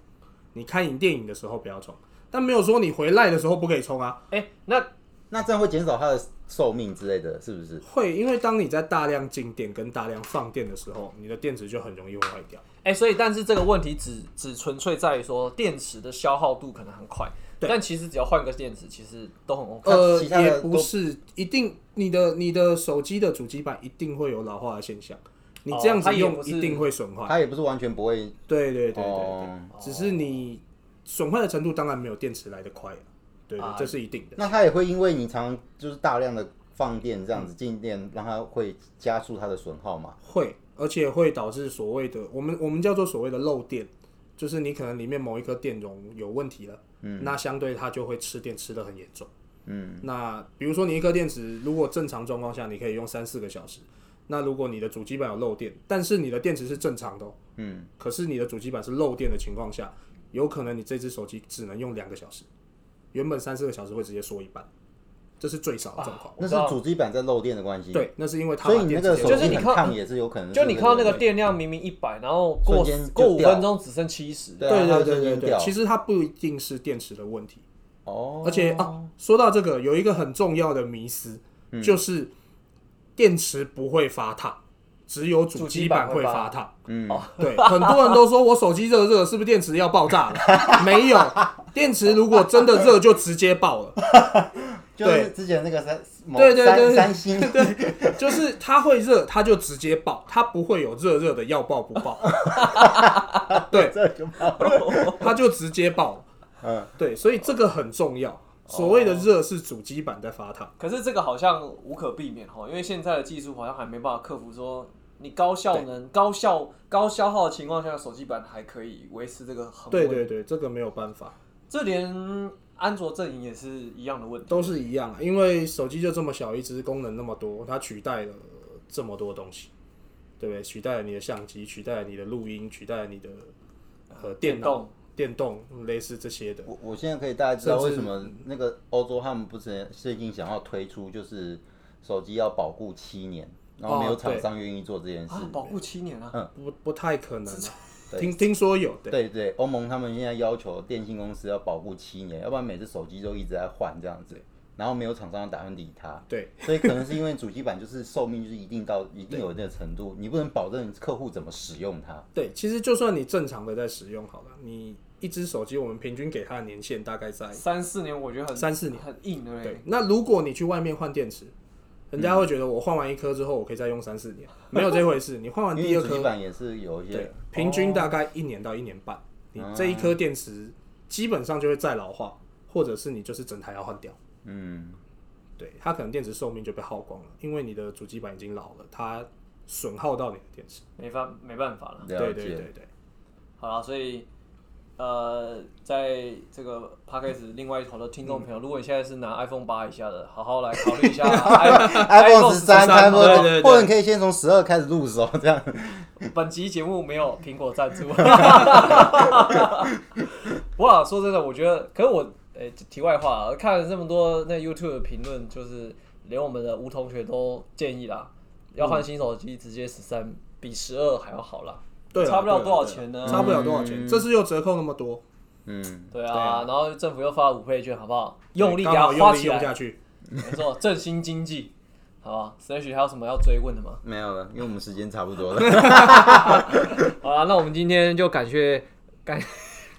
S2: 你看影电影的时候不要充，但没有说你回来的时候不可以充啊。
S3: 哎，那
S1: 那这样会减少它的寿命之类的，是不是？
S2: 会，因为当你在大量静电跟大量放电的时候，你的电池就很容易会坏掉。
S3: 哎、所以但是这个问题只只纯粹在于说电池的消耗度可能很快，
S2: 对
S3: 但其实只要换个电池，其实都很 OK。
S2: 呃，
S1: 其他的
S2: 也
S1: 都
S2: 不是一定，你的你的手机的主机板一定会有老化的现象，你这样
S3: 哦它
S2: 子
S3: 也
S2: 用
S3: 不是
S2: 一定会损坏。
S1: 它也不是完全不会。
S2: 对对对对对
S1: 哦，
S2: 只是你损坏的程度当然没有电池来的快、啊，对对
S3: 啊
S2: 这是一定的。
S1: 那它也会因为你常就是大量的放电这样
S2: 嗯
S1: 子静电，让它会加速它的损耗嘛？
S2: 会，而且会导致所谓的我们我们叫做所谓的漏电，就是你可能里面某一颗电容有问题了，嗯，那相对它就会吃电吃的很严重，嗯，那比如说你一颗电池如果正常状况下你可以用三四个小时，那如果你的主机板有漏电，但是你的电池是正常的、哦，嗯，可是你的主机板是漏电的情况下，有可能你这只手机只能用两个小时，原本三四个小时会直接缩一半，这是最少的状况。
S1: 那是主机板在漏电的关系。，
S2: 对，那是因为它
S1: 所以
S2: 把
S1: 你那
S2: 电
S1: 个
S2: 池
S1: 手
S3: 就是
S1: 机
S3: 你
S1: 很
S3: 看
S1: 烫也是有可能。
S3: 就你看到那个，电量明明一百，然后
S1: 瞬
S3: 过
S1: 间就
S3: 过五
S1: 掉
S3: 分钟只剩七十，
S1: 对啊
S2: 对
S1: 它
S2: 对
S1: 就
S2: 对对
S1: 淹
S2: 对，
S1: 掉
S2: 其实它不一定是电池的问题，
S1: 哦，
S2: 而且啊，说到这个，有一个很重要的迷思，
S1: 嗯
S2: 就是电池不会发烫，只有主机板会发烫。哦
S1: 嗯，
S2: 对，很多人都说我手机热热，是不是电池要爆炸了？没有，电池如果真的热就直接爆了， <laughs>
S1: 就是
S2: 对
S1: 之前那个三某
S2: 对对对对
S1: 三三星，
S2: 就是它会热，它就直接爆，它不会有热热的要爆不爆。 <laughs> 对，
S1: <laughs> 这就怕
S2: 它就直接爆了。
S1: 嗯，
S2: 对，所以这个很重要。所谓的热是主机板在发烫。
S3: 可是这个好像无可避免哈，因为现在的技术好像还没办法克服说。你高效能、高效、高消耗的情况下，手机版还可以维持这个恒
S2: 对
S3: 温。
S2: 对对，这个没有办法，
S3: 这连安卓阵营也是一样的问题。
S2: 都是一样啊，因为手机就这么小一只，功能那么多，它取代了这么多东西，对不对？取代了你的相机，取代了你的录音，取代了你的呃电
S3: 啊
S2: 脑、电动类似这些的。
S1: 我我现在可以大概知道
S2: 甚
S1: 为
S2: 至
S1: 什么那个欧洲他们不是最近想要推出，就是手机要保护七年，然后没有
S2: 哦
S1: 厂
S2: 对
S1: 商愿意做这件事。
S3: 啊，保护七年啊！
S2: 不不太可能啊、
S1: 对
S2: 听听说有嗯对，
S1: 对对，欧盟他们现在要求电信公司要保护七年，要不然每次手机都一直在换这样子，然后没有厂商打算理它。
S2: 对，
S1: 所以可能是因为主机板就是寿命就是一定到一定有那个程度，你不能保证客户怎么使用它。
S2: 对，其实就算你正常的在使用好了，你一只手机，我们平均给它的年限大概在
S3: 三四年我觉得很
S2: 嗯三四年
S3: 很硬的嘞。
S2: 对，那如果你去外面换电池，人家会觉得我换完一颗之后，我可以再用
S1: <laughs>
S2: 三四年，没有这回事。你换完
S1: 因
S2: 第
S1: 为
S2: 二
S1: 主机
S2: 颗，
S1: 板也是有一
S2: 对
S1: 些，哦
S2: 平均大概一年到一年半，你这一颗电池基本上就会再老化，或者是你就是整台要换掉。
S1: 嗯，
S2: 对，它可能电池寿命就被耗光了，因为你的主机板已经老了，它损耗到你的电池。
S3: 没办没办法了。
S1: 了
S2: 对对
S1: 解。
S2: 对对，
S3: 好了，所以呃，在这个 p a c k a g e 另外一头的听
S2: 嗯
S3: 众朋友，如果你现在是拿 iPhone 八以下的，好好来考虑
S2: <laughs>
S3: 一下
S1: iPhone 十三、
S3: 13
S1: iPhone
S4: 对对对
S1: 或者你可以先从十二开始入手，这样。
S3: 本集节目没有苹果赞助。不过啊说真的，我觉得，可是我，诶、题外话啊，看了这么多那 YouTube 的评论，就是连我们的吴同学都建议啦，要
S2: 嗯
S3: 换新手机，直接十三比十二还要好啦，
S2: 对啊，
S3: 差不了
S2: 对啊
S3: 多少钱呢嗯
S2: 对啊差不了多少钱，这次又折扣那么多，
S1: 嗯，
S3: 对
S2: 对
S3: 啊
S2: 啊，
S3: 然后政府又发了五倍券，好不好？用力给
S2: 刚
S3: 它
S2: 好
S3: 花
S2: 用力
S3: 起
S2: 用
S3: 来，
S2: 下去。
S3: 没错，振兴经济，好吧？Slash 还有什么要追问的吗？
S1: 没有了，因为我们时间差不多
S2: <laughs>
S1: 了。
S4: 好啦，那我们今天就感谢感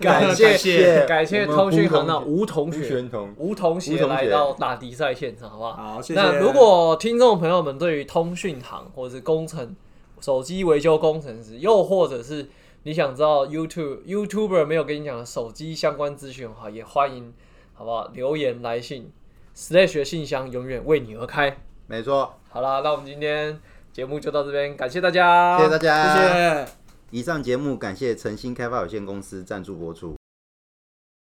S1: 感
S4: 谢
S1: 谢
S4: 感谢
S1: 我们
S4: 通讯行的
S1: 吴
S4: 吴同
S1: 同学吴
S4: 学
S1: 玄同
S4: 吴同
S1: 吴
S4: 学
S1: 同学
S4: 来到打比赛现场，好不好？
S2: 好，谢谢。
S4: 那如果听众朋友们对于通讯行或者是工程、手机维修工程师，又或者是你想知道 YouTube YouTuber 没有跟你讲的手机相关资讯的话，也欢迎好不好留言来信，Slash 的信箱永远为你而开。
S1: 没错，
S4: 好啦，那我们今天节目就到这边，感谢大家，
S1: 谢谢大家。
S2: 谢谢。
S1: 以上节目感谢诚心开发有限公司赞助播出。